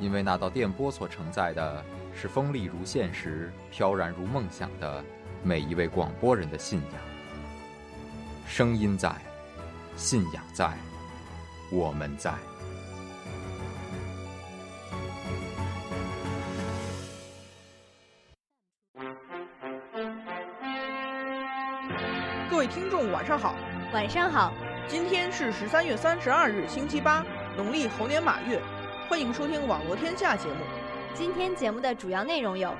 因为那道电波所承载的是锋利如现实、飘然如梦想的每一位广播人的信仰。声音在，信仰在，我们在。各位听众，晚上好！晚上好，今天是十三月三十二日，星期八，农历猴年马月。欢迎收听《网络天下》节目。今天节目的主要内容有：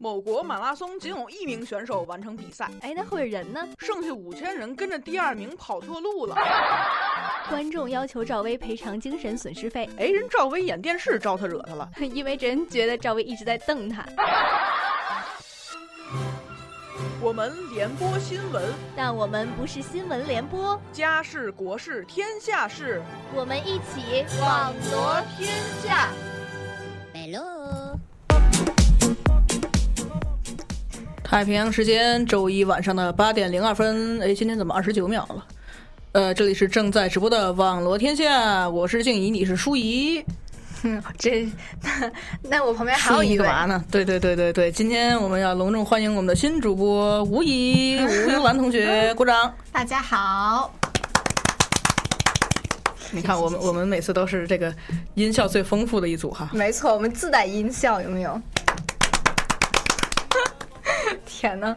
某国马拉松仅有一名选手完成比赛，哎，那会儿人呢？剩下五千人跟着第二名跑错路了。观众要求赵薇赔偿精神损失费， 哎，人赵薇演电视招他惹他了。因为人觉得赵薇一直在瞪他。我们联播新闻，但我们不是新闻联播，家事国事天下事，我们一起网罗天下。太平洋时间周一晚上的八点零二分，哎，今天怎么二十九秒了？呃，这里是正在直播的网罗天下，我是静怡，你是舒怡，这那我旁边还舒有怡一干位，嘛呢？对对对对对，今天我们要隆重欢迎我们的新主播吴怡吴幽兰同学，鼓掌！大家好，你看我们我们每次都是这个音效最丰富的一组哈。没错，我们自带音效，有没有？ 天呐，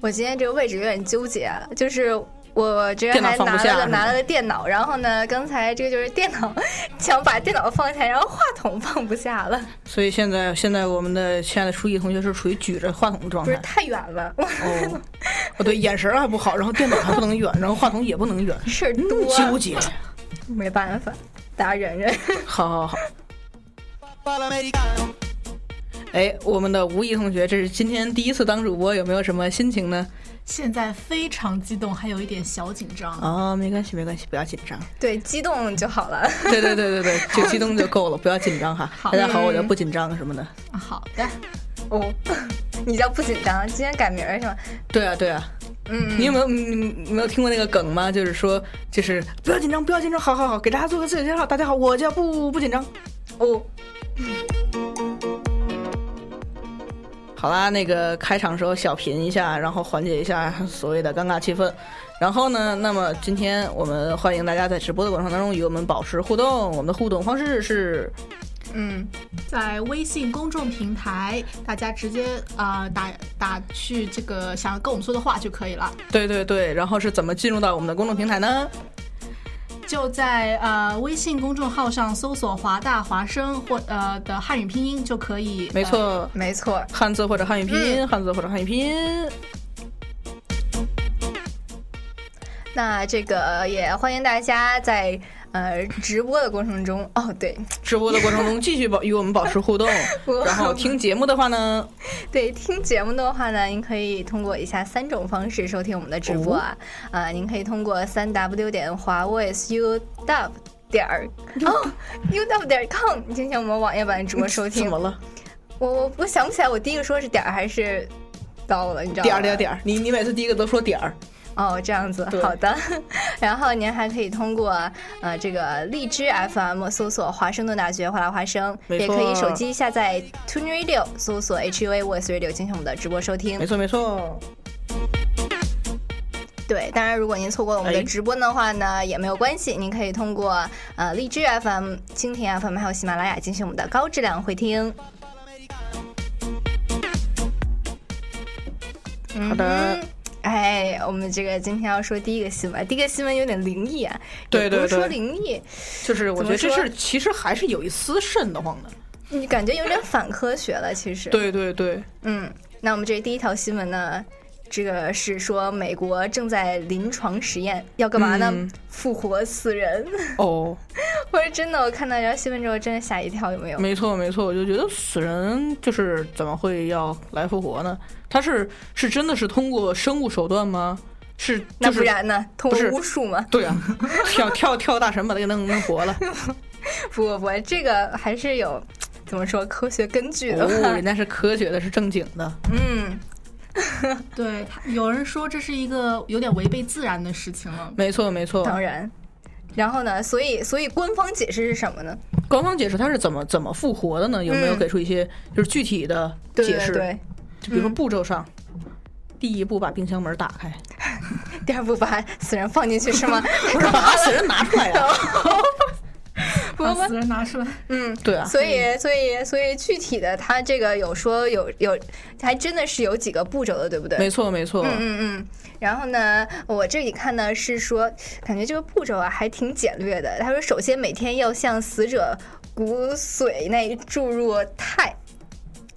我今天这个位置有点纠结，啊就是我这电边脑还放不拿下了个是吗拿了个电脑，然后呢，刚才这个就是电脑想把电脑放下，然后话筒放不下了，所以现在现在我们的亲爱的舒怡同学是处于举着话筒的状不是态太远 了，我哦，哦对，眼神儿还不好，然后电脑还不能远，然后话筒也不能远，事儿嗯多，纠结。没办法，大家忍忍。好好好。哎，我们的吴怡同学，这是今天第一次当主播，有没有什么心情呢？现在非常激动，还有一点小紧张。哦，没关系，没关系，不要紧张。 对，激动就好了。对对对对对，就激动就够了，不要紧张哈。大家好，我就不紧张什么的。好的，哦， 你叫不紧张？今天改名儿是吗？对啊，对啊。嗯，你有没有你你没有听过那个梗吗？就是说，就是不要紧张，不要紧张，好好好，给大家做个自我介绍。大家好，我叫不不紧张。哦，好啦，那个开场时候小品一下，然后缓解一下所谓的尴尬气氛。然后呢，那么今天我们欢迎大家在直播的过程当中与我们保持互动。我们的互动方式是，嗯，在微信公众平台，大家直接呃打打去这个想要跟我们说的话就可以了。对对对，然后是怎么进入到我们的公众平台呢？就在呃微信公众号上搜索“华大华生”或呃的汉语拼音就可以。没呃错，没错，汉字或者汉语拼音，汉字或者汉语拼音。那这个也欢迎大家在呃直播的过程中，哦，对直播的过程 中继续保与我们保持互动我，然后听节目的话呢，对，听节目的话呢，您可以通过以下三种方式收听我们的直播啊，哦啊、您可以通过三 w 点华 voiceudub 点儿哦 udub 点 com 进 行我们网页版直播收 怎听么。了？我我我想不起来，我第一个说是点儿还是到了，你知道吗？点儿点儿点儿，你你每次第一个都说点儿，哦，这样子对，好的。 然后您还可以通过呃这个荔枝 FM 搜索华盛顿大学华大华生，没也可错啊以手机下载 Tune Radio 搜索 HUA Voice Radio 进行我们的直播收听没。错没错。对，当然如果您错过了我们哎的直播的话呢，也没有关系，您可以通过呃荔枝 FM、蜻蜓 FM 还有喜马拉雅进行我们的高质量回听。好的嗯哼。哎，我们这个今天要说第一个新闻，第一个新闻有点灵异啊，也对对不是说对灵异，就是我觉得这怎么事说儿其实还是有一丝瘆得慌的。你感觉有点反科学了，其实。，对对对，嗯，那我们这第一条新闻呢，这个是说美国正在临床实验，要干嘛呢？嗯复活死人！ 哦，我说真的，我看到这条新闻之后真的吓一跳，有没有？没错没错，我就觉得死人就是怎么会要来复活呢？他是是真的是通过生物手段吗？是、就是、那不然呢？通不过是巫术吗？对啊，跳跳跳大神把他给弄弄 活了。不不不，这个还是有怎么说科学根据的哦，吧？人家是科学的，是正经的。嗯，对，他有人说这是一个有点违背自然的事情了。没错没错， 当然。然后呢？所以所以官方解释是什么呢？官方解释他是怎么怎么复活的呢？有没有嗯给出一些就是具体的对解对释？对，嗯就比如说步骤上，第一步把冰箱门打 开，第二步把死人放进去是 吗？不是把死人拿出来呀、不把不不，死人拿出来，嗯，对啊，所以，所以，所以，具体的，它这个有说有有，还真的是有几个步骤的，对不对？没错没错，嗯嗯嗯。然后呢，我这里看呢是说，感觉这个步骤啊还挺简略的。他说，首先每天要向死者骨髓内注入钛，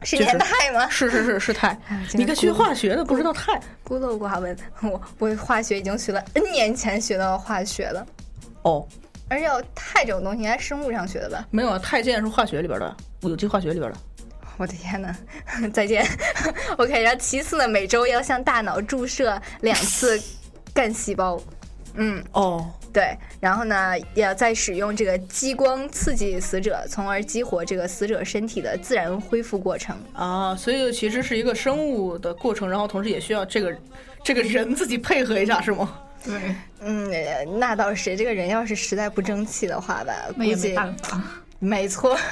是就是念钛吗？是是是是钛哎，真你的个学化学的不知道钛，孤陋寡闻，我我化学已经学了 N 年前学到化学了，哦，而且钛这种东西应该是生物上学的吧？没有啊，钛键是化学里边的，有机化学里边的。我的天呐， 再见。OK，然后其次呢，每周要向大脑注射两次干细胞。嗯，哦，对，然后呢，要再使用这个激光刺激死者，从而激活这个死者身体的自然恢复过程。啊，所以就其实是一个生物的过程，然后同时也需要这个这个人自己配合一下，是吗？ 对，嗯，呃那倒是，这个人要是实在不争气的话吧，估那也没计办法。没错。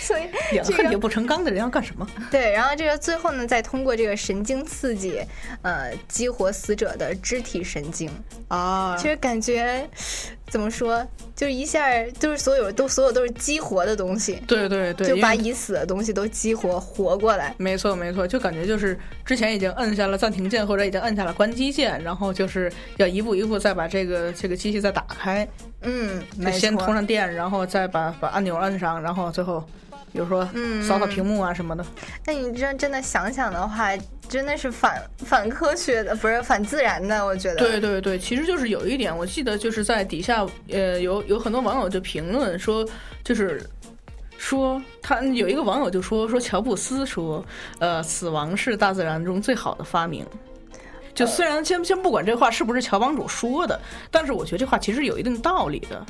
所以两这恨个铁不成钢的人要干什么？对，然后这个最后呢，再通过这个神经刺激，呃，激活死者的肢体神经。啊其实感觉怎么说，就是一下儿就是所有都所有都是激活的东西，对对对，就因把为已死的东西都激活活过来。没错没错，就感觉就是之前已经摁下了暂停键，或者已经摁下了关机键，然后就是要一步一步再把这个这个机器再打开，嗯，就没先错通上电，然后再把把按钮摁上，然后最后比如说嗯扫扫屏幕啊什么的。那你这真的想想的话，真的是反反科学的，不是反自然的，我觉得。对对对，其实就是有一点，我记得就是在底下，呃，有有很多网友就评论说，就是说他有一个网友就说说乔布斯说，呃，死亡是大自然中最好的发明。就虽然先先不管这话是不是乔帮主说的，但是我觉得这话其实有一定道理的，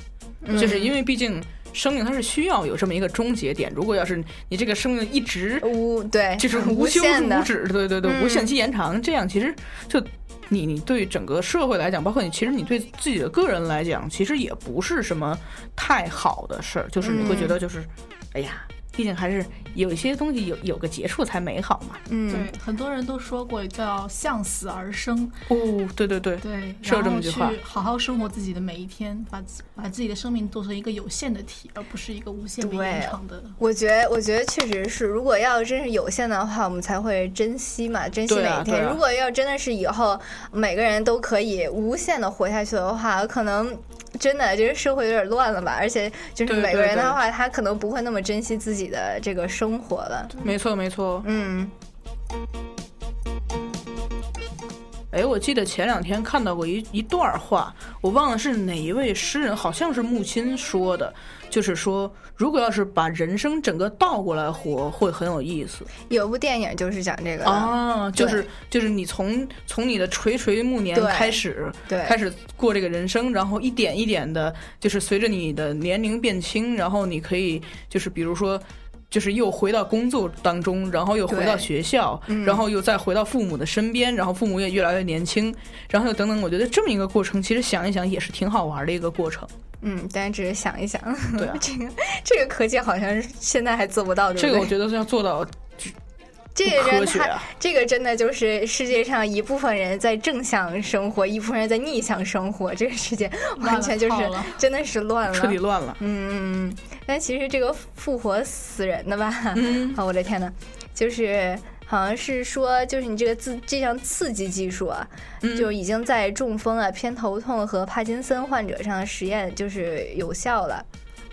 就是因为毕竟生命它是需要有这么一个终结点。如果要是你这个生命一直无对，就是哎无无休限的无，止，对对对，嗯无限期延长，这样其实就你你对整个社会来讲，包括你其实你对自己的个人来讲，其实也不是什么太好的事儿，就是你会觉嗯得就是，哎呀，毕竟还是有一些东西有有个结束才美好嘛。嗯，对，很多人都说过叫向死而生，哦，对对对，对，是有这么句话然后去好好生活自己的每一天，把自把自己的生命做成一个有限的体，而不是一个无限被对延长的。我觉得，我觉得确实是，如果要真是有限的话，我们才会珍惜嘛，珍惜每对啊一天。对啊如果要真的是以后每个人都可以无限的活下去的话，可能。真的，这个社会有点乱了吧？而且就是对每个对人的对话，他可能不会那么珍惜自己的这个生活了。没错没错。嗯，哎，我记得前两天看到过一一段儿话，我忘了是哪一位诗人，好像是木心说的，就是说，如果要是把人生整个倒过来活，会很有意思。有部电影就是讲这个的，啊，就对是就是你从从你的垂垂暮年对开始，对开始过这个人生，然后一点一点的，就是随着你的年龄变轻，然后你可以就是比如说。就是又回到工作当中，然后又回到对嗯学校，然后又再回到父母的身边，然后父母也越来越年轻，然后又等等，我觉得这么一个过程，其实想一想也是挺好玩的一个过程。嗯，但只是想一想，对啊 这个这个科技好像是现在还做不到，对这不个我对？觉得是要做到这个不人科学他、啊这个真的就是世界上一部分人在正向生活，一部分人在逆向生活，这个世界乱 完了全就是套了真的是乱了，彻底乱了。嗯，嗯嗯，但其实这个复活死人的吧，嗯啊，我的天呐，就是好像是说，就是你这个自这项刺激技术啊，嗯就已经在中风啊、偏头痛和帕金森患者上实验就是有效了。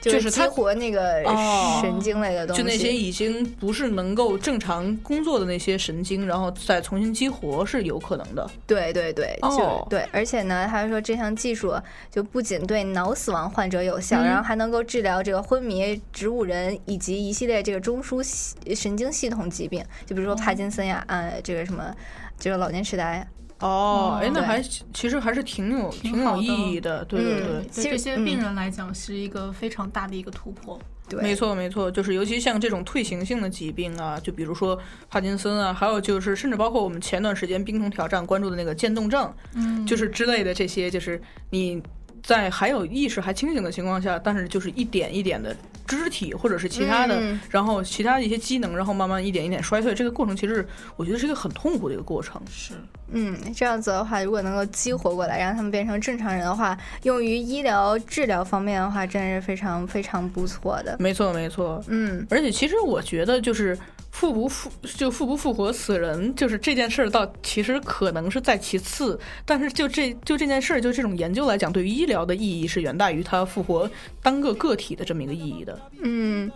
就就是激它活那个哦神经类的东西，就那些已经不是能够正常工作的那些神经，然后再重新激活是有可能的。对对对，就、哦对，而且呢，他说这项技术就不仅对脑死亡患者有效，嗯然后还能够治疗这个昏迷、植物人以及一系列这个中枢系神经系统疾病，就比如说帕金森呀，呃，这个什么，这个老年痴呆。哦，哎，那对还其实还是挺有挺挺有好的意义的，对对嗯对。对其实这些病嗯人来讲是一个非常大的一个突破。对，没错，没错，就是尤其像这种退行性的疾病啊，就比如说帕金森啊，还有就是甚至包括我们前段时间冰桶挑战关注的那个渐冻症，嗯就是之类的这些，就是你在还有意识还清醒的情况下，但是就是一点一点的肢体或者是其他的，嗯然后其他的一些机能，然后慢慢一点一点衰退，这个过程其实我觉得是一个很痛苦的一个过程。是嗯，这样子的话，如果能够激活过来，让他们变成正常人的话，用于医疗治疗方面的话，真的是非常非常不错的。没错，没错，嗯，而且其实我觉得就是复不复就复不复活死人，就是这件事儿到其实可能是在其次，但是就这就这件事儿就这种研究来讲，对于医疗的意义是远大于它复活单个个体的这么一个意义的。嗯，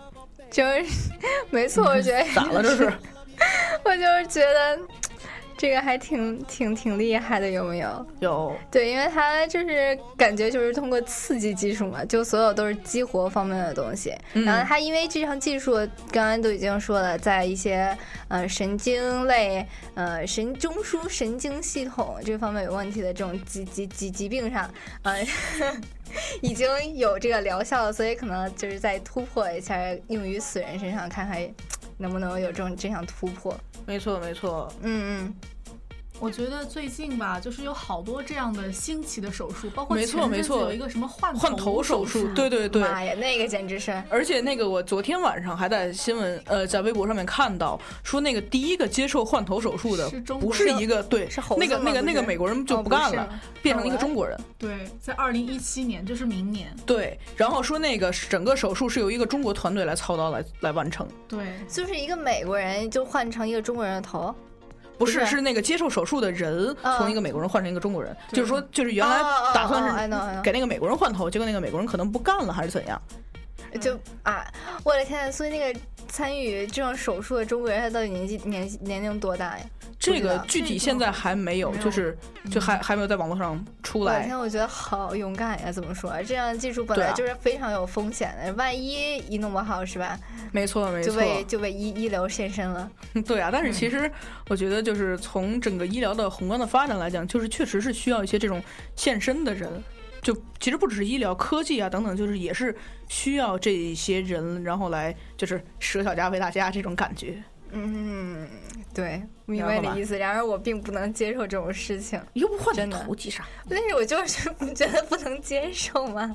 就是 没错，我觉得咋了这是？我就是觉得这个还挺挺挺厉害的，有没有？有对，因为它就是感觉就是通过刺激技术嘛，就所有都是激活方面的东西。嗯然后它因为这项技术，刚刚都已经说了，在一些呃神经类、呃神中枢神经系统这方面有问题的这种疾疾疾疾病上，呃。 已经有这个疗效了，所以可能就是再突破一下，用于死人身上，看看能不能有这种这项突破。没错没错，嗯嗯，我觉得最近吧，就是有好多这样的新奇的手术，包括没错前阵没子错有一个什么换换头头手术，术，对 对 对。妈呀，那个简直是，而且那个，我昨天晚上还在新闻，呃，在微博上面看到，说那个第一个接受换头手术的是中，国不是人一个对，是猴子那个吗那个不那个是美国人就哦不不干是了，变成了一个哦中国人。对，在二零一七年，就是明年，对，然后说那个整个手术是由一个中国团队来操刀来来完成，对，就是一个美国人就换成一个中国人的头，不是不是是那个接受手术的人嗯从一个美国人换成一个中国人，对就是说就是原来哦哦打哦哦，I 算 know I 是 know 给那个美国人换头，结果那个美国人可能不干了还是怎样？就啊，我的天！所以那个参与这种手术的中国人，他到底年纪年纪年龄多大呀？这不知个道具这体个现在还没有，没有就是就还还没有在网络上出我的来。天，我觉得嗯好勇敢呀！怎么说啊？这样的技术本对来啊就是非常有风险的，万一一弄不好是吧？没错，没就错，为就为医医疗献身了。 对啊。但是其实我觉得，就是从整个医疗的宏观的发展来讲，就是确实是需要一些这种献身的人。就其实不只是医疗、科技啊等等，就是也是需要这一些人，然后来就是舍小家为大家这种感觉。嗯，对，明然白后你的吧意思。然而我并不能接受这种事情，又不换真的急啥？但是我就是觉得不能接受嘛。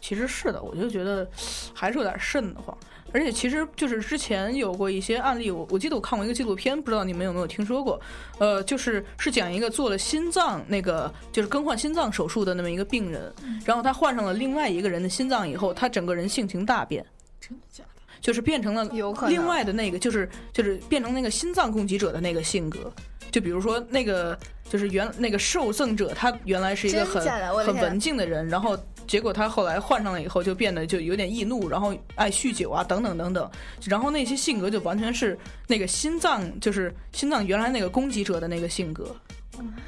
其实是的，我就觉得还是有点瘆得慌。而且其实就是之前有过一些案例，我我记得我看过一个纪录片，不知道你们有没有听说过？呃，就是是讲一个做了心脏那个就是更换心脏手术的那么一个病人，嗯然后他换上了另外一个人的心脏以后，他整个人性情大变。真的假的？就是变成了有可能另外的那个，就是就是变成那个心脏供给者的那个性格。就比如说那个就是原那个受赠者，他原来是一个真很假的我的很天嗯文静的人，然后结果他后来换上了以后，就变得就有点易怒，然后爱酗酒啊等等等等，然后那些性格就完全是那个心脏就是心脏原来那个供给者的那个性格。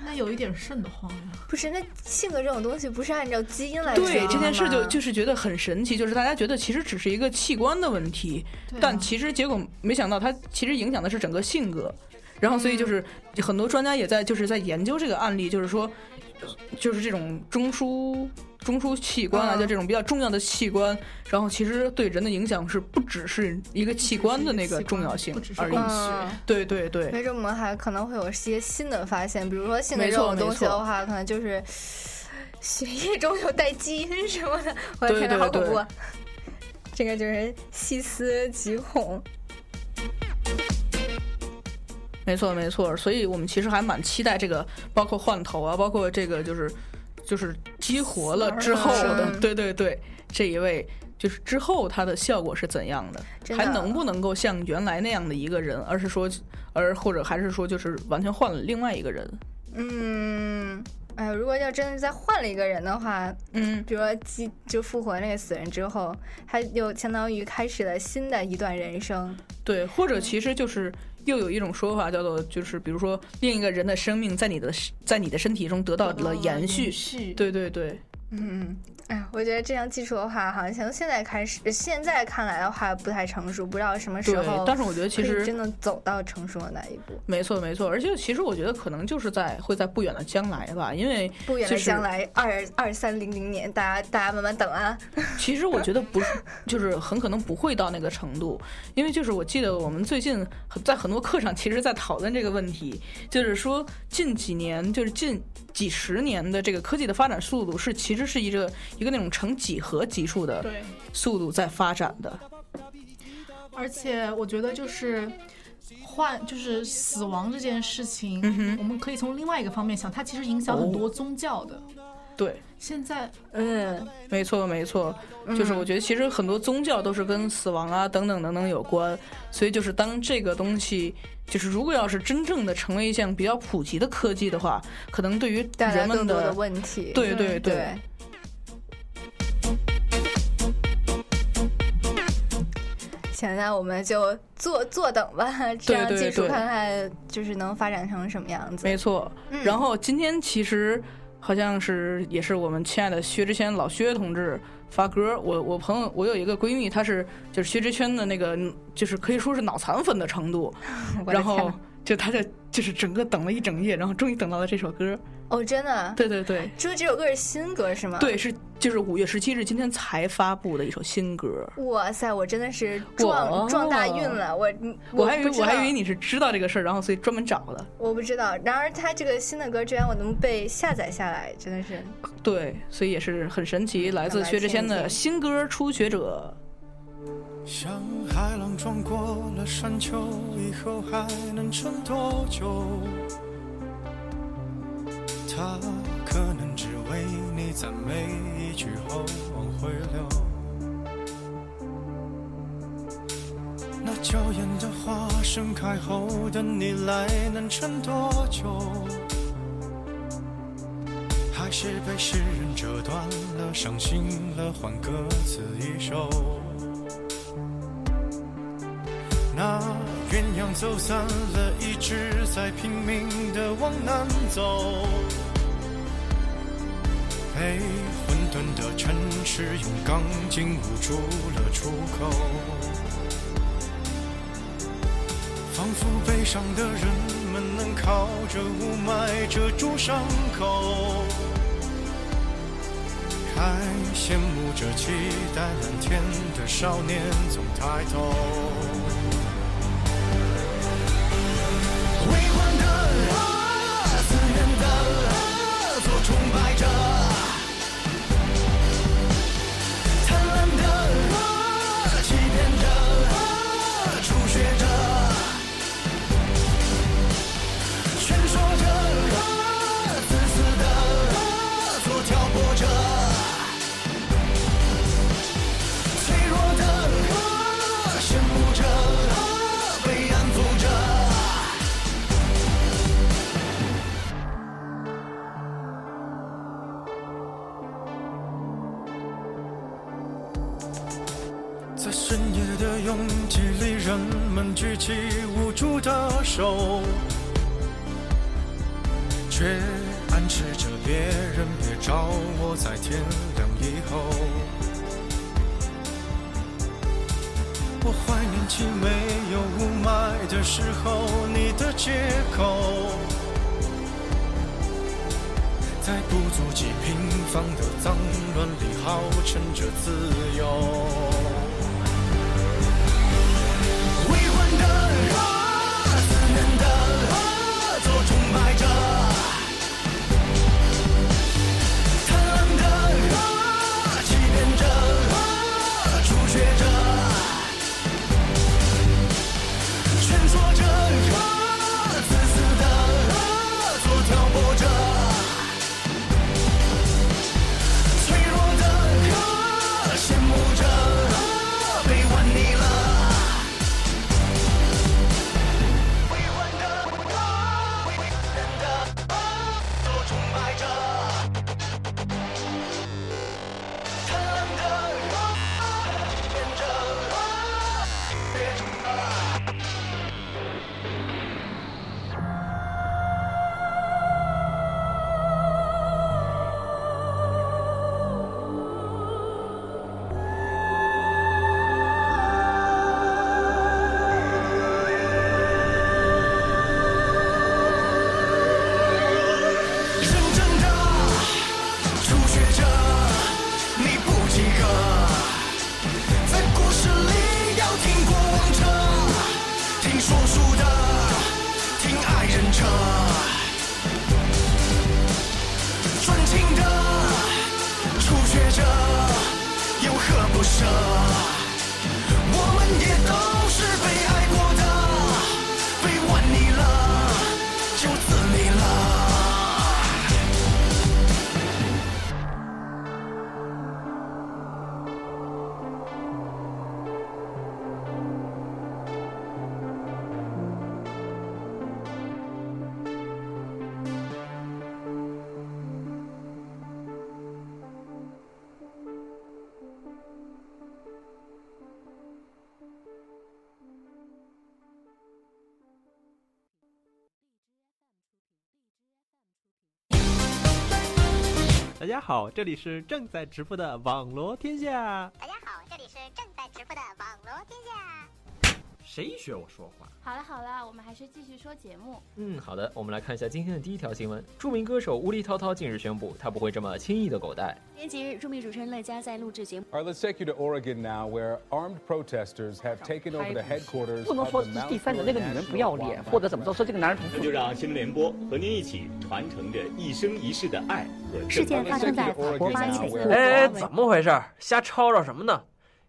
那有一点瘆得慌呀。不是，那性格这种东西不是按照基因来决定对的这件事就吗就是觉得很神奇，就是大家觉得其实只是一个器官的问题，对啊但其实结果没想到，它其实影响的是整个性格。然后，所以就是嗯很多专家也在就是在研究这个案例，就是说，呃就是这种中枢中枢器官啊，嗯就这种比较重要的器官，然后其实对人的影响是不只是一个器官的那个重要性不只是哎而已供。嗯血，对对对，没准我们还可能会有一些新的发现，比如说性格没这错种没东西的错话，可能就是血液中有带基因什么的。我的对天呐，对好恐对怖啊！这个就是细思极恐。没错没错。所以我们其实还蛮期待这个，包括换头啊，包括这个就是就是激活了之后的，嗯对对对，这一位就是之后它的效果是怎样的？真的还能不能够像原来那样的一个人，而是说，而或者还是说，就是完全换了另外一个人？嗯，哎，如果要真的再换了一个人的话，嗯，比如说激就复活那个死人之后，他又相当于开始了新的一段人生。对，或者其实就是又有一种说法叫做，就是比如说另一个人的生命在你的在你的身体中得到了延续。续，对对对，嗯，哎，我觉得这样技术的话，好像从现在开始，现在看来的话不太成熟，不知道什么时对候，但是我觉得其可以实真的走到成熟的那一步。没错没错，而且其实我觉得可能就是在会在不远的将来吧，因为不远就的是将来，二二三零零年，大家大家慢慢等啊。其实我觉得不是，就是很可能不会到那个程度，因为就是我记得我们最近很在很多课上，其实在讨论这个问题，就是说近几年，就是近几十年的这个科技的发展速度是其实是一个一个那种成几何级数的对，速度在发展的。而且我觉得就是换就是死亡这件事情，嗯哼我们可以从另外一个方面想，它其实影响很哦多宗教的。对，现在嗯，没错没错，就是我觉得其实很多宗教都是跟死亡啊等等等等有关，所以就是当这个东西。就是如果要是真正的成为一项比较普及的科技的话，可能对于带来人更们多的的问题。对对对对。现在我们就坐坐等吧，这样对对技术对看看就是能发展成什么样子。没错。嗯然后今天其实好像是也是我们亲爱的薛之谦老薛同志发歌，我我朋友我有一个闺蜜，她是就是薛之谦的那个，就是可以说是脑残粉的程度，我的然天后哪就她就就是整个等了一整夜，然后终于等到了这首歌。哦，真的，对对对。说这首歌是新歌是吗？。对，是就是五月十七日今天才发布的一首新歌，哇塞，我真的是撞哇撞大运了，我我还以为不知我还以为道你是知道这个事儿，然后所以专门找的。我不知道。然而他这个新的歌居然我能被下载下来，真的是对，所以也是很神奇，来自来薛之谦听一的听新歌《初学者》。像海浪撞过了山丘，以后还能撑多久？他可能只为你赞美一句后往回流。那娇艳的花盛开后的你来能撑多久？还是被诗人折断了，伤心了，换歌词一首。那鸳鸯走散了，一直在拼命的往南走。被混沌的城市用钢筋捂住了出口，仿佛悲伤的人们能靠着雾霾遮住伤口，还羡慕着期待蓝天的少年总抬头。微光的啊，自然的啊，做崇拜者；贪婪的啊，欺骗者啊，初学者；劝说者啊，自私的啊，做挑拨者；脆弱的啊，羡慕者啊，被安抚着。在深夜的拥挤里，人们举起无助的手，却暗示着别人别找我，在天亮以后。我怀念起没有雾霾的时候，你的借口。在不足几平方的脏乱里，号称着自由。微观的啊，自然的啊，做崇拜者；贪婪的啊，欺骗者啊，初学者；劝说者啊，自私的啊，做挑拨者。脆弱的歌，羡慕着舍，我们也都是被爱过的，被玩腻了就自理了。大家好，这里是正在直播的网罗天下。大家好，这里是正在直播的网罗天下。谁学我说话？好了好了，我们还是继续说节目。嗯，好的，我们来看一下今天的第一条新闻。著名歌手乌力涛涛近日宣布，他不会这么轻易的狗带。今天近日，著名主持人乐嘉在录制节目 All right, let's take you to Oregon now, where armed protesters have taken over the headquarters 不 of 能 the 说 Mount 第三者那个女人不要脸，或者怎么着说这个男人不负责。让新闻联播和您一起传承着一生一世的爱和事件发生在法国巴黎北部。哎，怎么回事儿？瞎吵吵什么呢？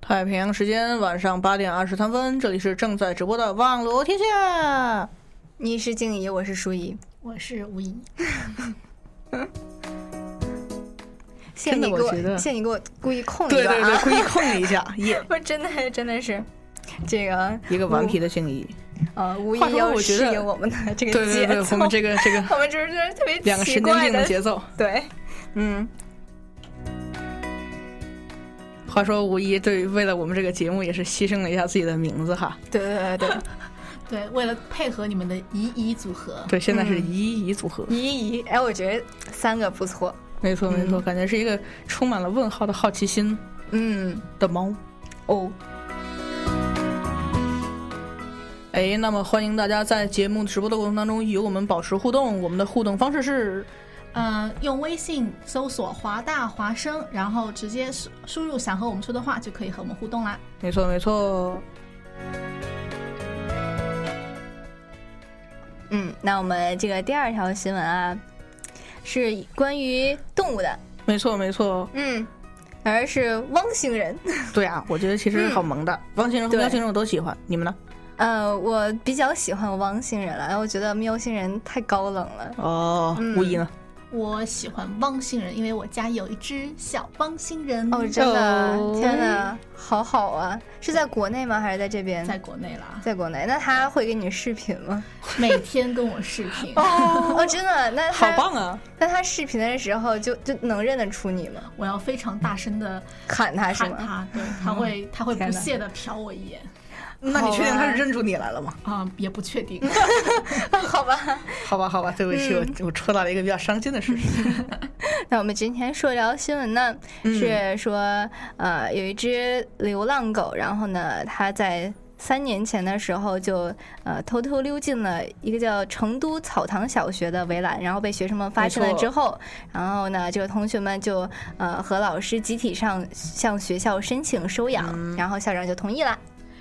太平洋时间晚上八点二十三分，这里是正在直播的网罗天下。你是静怡，我是舒怡，我是吴怡。谢谢真你的给我觉得我，谢谢你给我故意控一对段对对啊，故意控你一 下，耶，不是真的，真的是这个一个顽皮的静怡。呃，无意话说要我觉适得应我们的这个对对节对，奏，我们这个这个我们这是特别两个奇神经怪病的的节奏。对，嗯，话说吴一对为了我们这个节目也是牺牲了一下自己的名字哈。对对对对，对，为了配合你们的怡怡组合，对，现在是怡怡组合，怡怡，哎，我觉得三个不错，没错没错，嗯感觉是一个充满了问号的好奇心嗯，的猫。哦，哎，那么欢迎大家在节目直播的过程当中与我们保持互动，我们的互动方式是呃，用微信搜索“华大华生”，然后直接输输入想和我们说的话，就可以和我们互动啦。没错没错，嗯，那我们这个第二条新闻啊，是关于动物的，没错没错，嗯，而是汪星人。 对啊，我觉得其实好萌的，汪先生和对喵先生我都喜欢，你们呢？呃，我比较喜欢汪星人了，哎我觉得喵星人太高冷了。哦嗯吴一呢？我喜欢汪星人，因为我家有一只小汪星人。哦，真的，哦天哪，好好啊！是在国内吗？还是在这边？在国内啦，在国内。那他会给你视频吗？每天跟我视频，哦，真的，那好他棒啊！那他视频的时候就就能认得出你吗？我要非常大声的喊他是喊吗？他，对，他会他会天不哪屑的瞟我一眼，那好你吧确定他是认出你来了吗？啊，也不确定。 好吧，好吧，好吧，对不起，我我戳到了一个比较伤心的事实。那我们今天说聊新闻呢，嗯是说呃有一只流浪狗，然后呢它在。三年前的时候就，呃偷偷溜进了一个叫成都草堂小学的围栏，然后被学生们发现了没错之后，然后呢，这个同学们就呃和老师集体上向学校申请收养，嗯然后校长就同意了。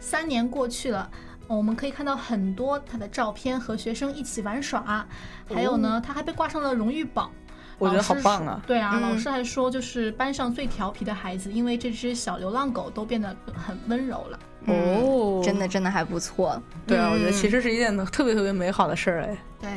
三年过去了。我们可以看到很多他的照片和学生一起玩耍，还有呢，他还被挂上了荣誉榜。 我觉得老师好棒啊说对啊，嗯老师还说，就是班上最调皮的孩子，因为这只小流浪狗都变得很温柔了。嗯哦真的真的还不错。对啊，我觉得嗯其实是一件特别特别美好的事儿哎。对，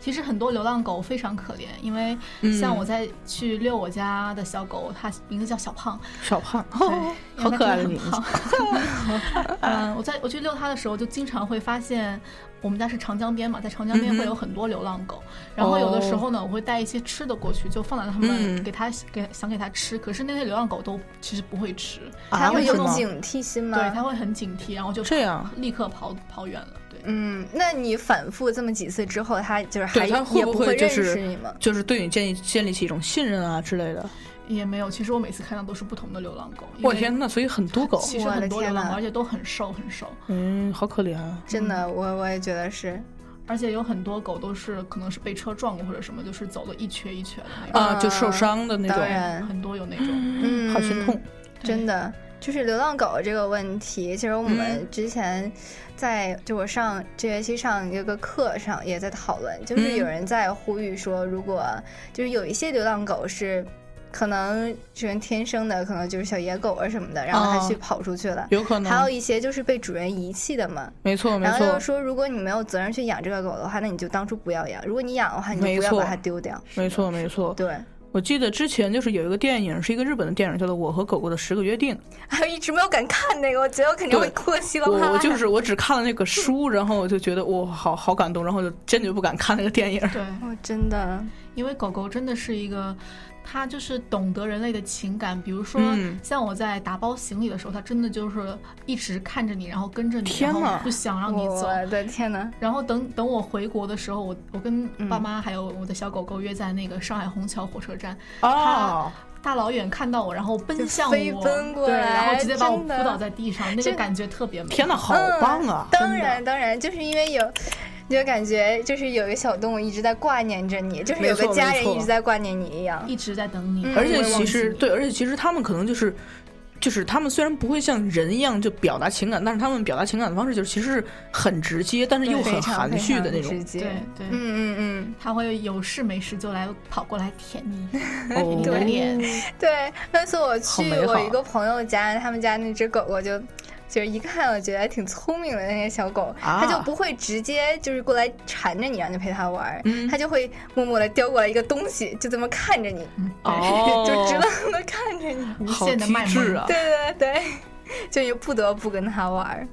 其实很多流浪狗非常可怜，因为嗯像我在去遛我家的小狗，它名字叫小胖，小胖，对哦，因好为它可爱的真很名字胖。 嗯，我在我去遛它的时候，就经常会发现，我们家是长江边嘛，在长江边嗯哼会有很多流浪狗。然后有的时候呢，我会带一些吃的过去，就放在它们嗯给它给想给它吃，可是那些流浪狗都其实不会吃，它啊？会为什有么？警惕心吗？对，它会很警惕，然后就这样立刻跑跑远了。对，嗯，那你反复这么几次之后，他就是还对它会也不不会就认是识你吗？就是对你建立建立起一种信任啊之类的。也没有。其实我每次看到都是不同的流浪狗。我天呐，所以很多狗，其实很多流浪狗，而且都很瘦很瘦。嗯，好可怜啊！真的，我我也觉得是。而且有很多狗都是可能是被车撞过或者什么，就是走的一瘸一瘸的那种啊，就受伤的那种。当然，很多有那种，嗯，好心痛，真的。就是流浪狗这个问题，其实我们之前在、嗯、就我上这学期上一个课上也在讨论，嗯就是有人在呼吁说，如果就是有一些流浪狗是可能是天生的，可能就是小野狗啊什么的，然后它去跑出去了，哦、有可能还有一些就是被主人遗弃的嘛，没错嗯没错。然后就是说，如果你没有责任去养这个狗的话，那你就当初不要养；如果你养的话，你就不要把它丢掉。没错没错，对。我记得之前就是有一个电影，是一个日本的电影，叫做《我和狗狗的十个约定》，还 一直没有敢看那个，我觉得我肯定会哭稀里哗啦。我就是我只看了那个书，然后我就觉得我好好感动，然后就坚决不敢看那个电影。对，我哦真的，因为狗狗真的是一个。它就是懂得人类的情感，比如说像我在打包行李的时候，它、嗯、真的就是一直看着你，然后跟着你，天然后不想让你走。我的天呐。然后等等我回国的时候，我我跟爸妈还有我的小狗狗约在那个上海虹桥火车站，哦、嗯，大老远看到我，然后奔向我，飞奔过来，然后直接把我扑倒在地上，那个感觉特别美。天呐，好棒啊！嗯、当然当然，就是因为有。你就感觉就是有一个小动物一直在挂念着你，就是有个家人一直在挂念你一样，一直在等你。嗯、而且其实对，而且其实他们可能就是，就是他们虽然不会像人一样就表达情感，但是他们表达情感的方式就是其实是很直接，但是又很含蓄的那种。直接对对，嗯嗯嗯，他会有事没事就来跑过来 舔你，舔你的脸。对，那次我去我一个朋友家，他们家那只狗狗就。就是一看，我觉得挺聪明的那些小狗，它、啊、就不会直接就是过来缠着你，让你陪它玩，它、嗯、就会默默的叼过来一个东西，就这么看着你，嗯、 哦，就直愣的看 着你，无限的卖萌啊！对对对，就你不得不跟它玩。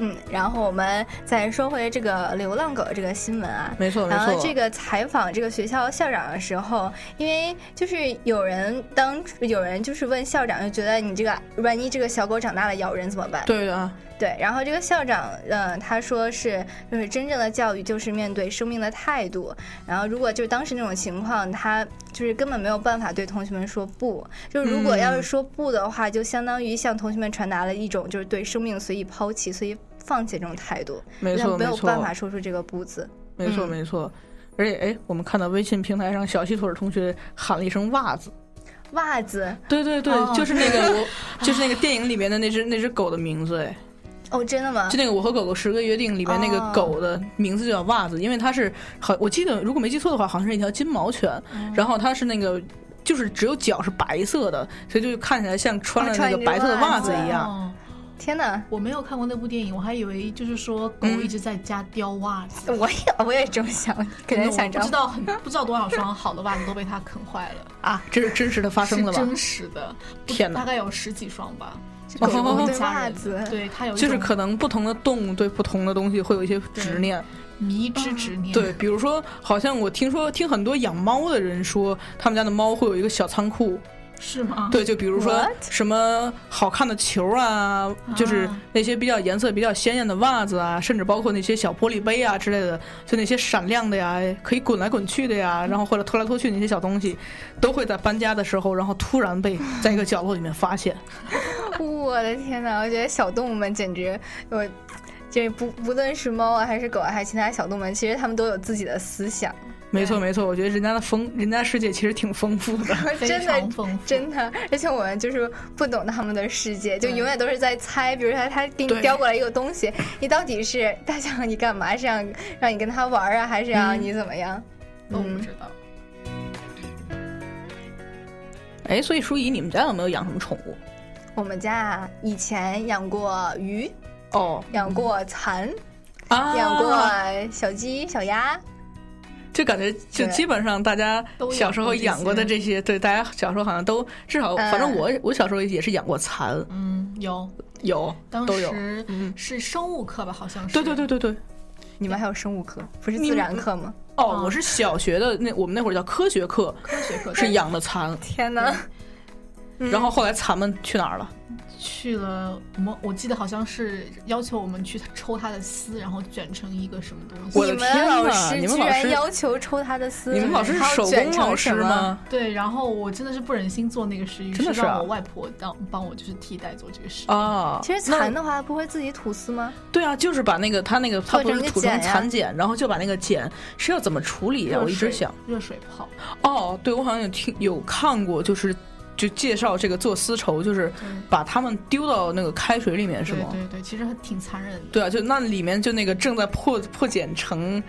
嗯，然后我们再说回这个流浪狗这个新闻啊，没错没错。然后这个采访这个学校校长的时候，因为就是有人当有人就是问校长，就觉得你这个万一这个小狗长大了咬人怎么办？对的、啊。对，然后这个校长，嗯、呃，他说是，就是真正的教育就是面对生命的态度。然后，如果就是当时那种情况，他就是根本没有办法对同学们说不。就是如果要是说不的话，嗯、就相当于向同学们传达了一种就是对生命随意抛弃、随意放弃这种态度。没错，没有办法嗯说出这个不字。没错，没错。而且，哎，我们看到微信平台上小细腿同学喊了一声“袜子”。袜子。对对对，哦、就是那 个，就是那个电影里面的那只那只狗的名字，哎。哦，真的吗？就那个《我和狗狗十个约定》里面那个啊狗的名字叫袜子，因为它是好，我记得如果没记错的话，好像是一条金毛犬，嗯然后它是那个就是只有脚是白色的，所以就看起来像穿了啊那个白色的袜子一样。天哪，嗯我没有看过那部电影，我还以为就是说狗一直在家叼袜子。我也我也这么想，可能想不知道很不知道多少双好的袜子都被它啃坏了啊！这是真实 的发生的吧？真实的，天哪，大概有十几双吧。狗对袜子，对它有就是可能不同的动物对不同的东西会有一些执念，迷之执念。对，比如说，好像我听说听很多养猫的人说，他们家的猫会有一个小仓库，是吗？对，就比如说什么好看的球啊，就是那些比较颜色比较鲜艳的袜子啊，甚至包括那些小玻璃杯啊之类的，就那些闪亮的呀，可以滚来滚去的呀，然后或者拖来拖去那些小东西，都会在搬家的时候，然后突然被在一个角落里面发现。 我的天呐，我觉得小动物们简直，我这不不论是猫啊还是狗啊还是其他小动物们，其实它们都有自己的思 想。没错没错，我觉得人家的丰，人家世界其实挺丰富的，真的丰富，真的。而且我们就是不懂他们的世界，就永远都是在猜。比如说他给你叼过来一个东西，你到底是他想你干嘛？是想让你跟他玩啊，还是让嗯你怎么样？都不知道。哎，所以舒怡，你们家有没有养什么宠物？我们家啊，以前养过鱼，哦，养过蚕，啊，养过小鸡、小鸭，就感觉就基本上大家小时候养过的这些，对，大家小时候好像都至少，嗯反正我我小时候也是养过蚕，嗯，有有，当时是生物课吧，好像是，对对对对对，你们还有生物课，不是自然课吗？哦，我是小学的那我们那会儿叫科学课，科学课嗯 是养的蚕，天哪！然后后来咱们去哪儿了？去了，我们我记得好像是要求我们去抽他的丝，然后卷成一个什么东西。我的天呐你们老师你们居老师然要求抽他的丝，你们老师是嗯还要手工卷成老师什么吗？对，然后我真的是不忍心做那个事，于真的是啊让我外婆当帮我就是替代做这个事。啊，其实那蚕的话不会自己吐丝吗？对啊，就是把那个他那个他做不成是一个土成茧呀蚕茧，然后就把那个茧是要怎么处理呀？热我一直水想。热水泡，哦，对，我好像有听有看过，就是就介绍这个做丝绸，就是把它们丢到那个开水里面，是对吗？对对，其实还挺残忍的。对啊，就那里面就那个正在破破茧成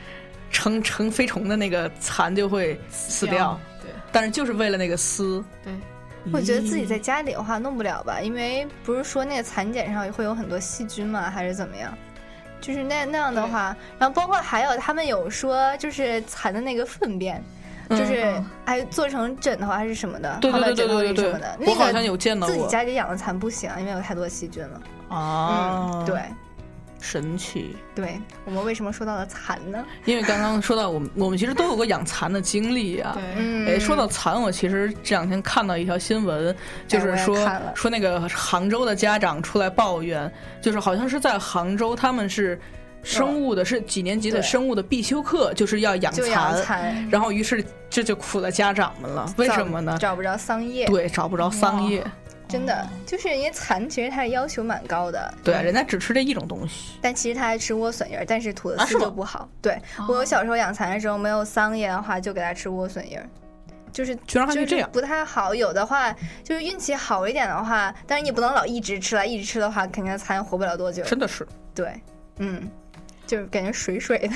成成飞虫的那个蚕就会死掉，对但是就是为了那个丝，对，我觉得嗯自己在家里的话弄不了吧，因为不是说那个蚕茧上会有很多细菌吗？还是怎么样？就是那那样的话，然后包括还有他们有说，就是蚕的那个粪便，就嗯是还做成枕头还是什么的，对泡对到对对枕头对里对什么的。对那我好个像有见到自己过家里养的蚕不行，因为有太多细菌了。啊嗯，对神奇。对，我们为什么说到了蚕呢？因为刚刚说到我们，我们其实都有过养蚕的经历啊。对哎，说到蚕，我其实这两天看到一条新闻，就是说我也看了说那个杭州的家长出来抱怨，就是好像是在杭州，他们是生物的，是几年级的对生物的必修课，就是要养就养蚕然后于是这就苦了家长们了，为找什么呢？找不着桑叶，对，，找不着桑叶，真的就是因为蚕其实它的要求蛮高的，对，人家只吃这一种东西。但其实它爱吃莴笋叶儿，但是吐的啊是丝吗哦就不好。对我有小时候养蚕的时候，没有桑叶的话，就给它吃莴笋叶儿，就是居然还啊可以这样就是不太好。有的话就是运气好一点的话，但是你不能老一直吃了，一直吃的话，肯定蚕活不了多久。真的是对，嗯，就是感觉水水的。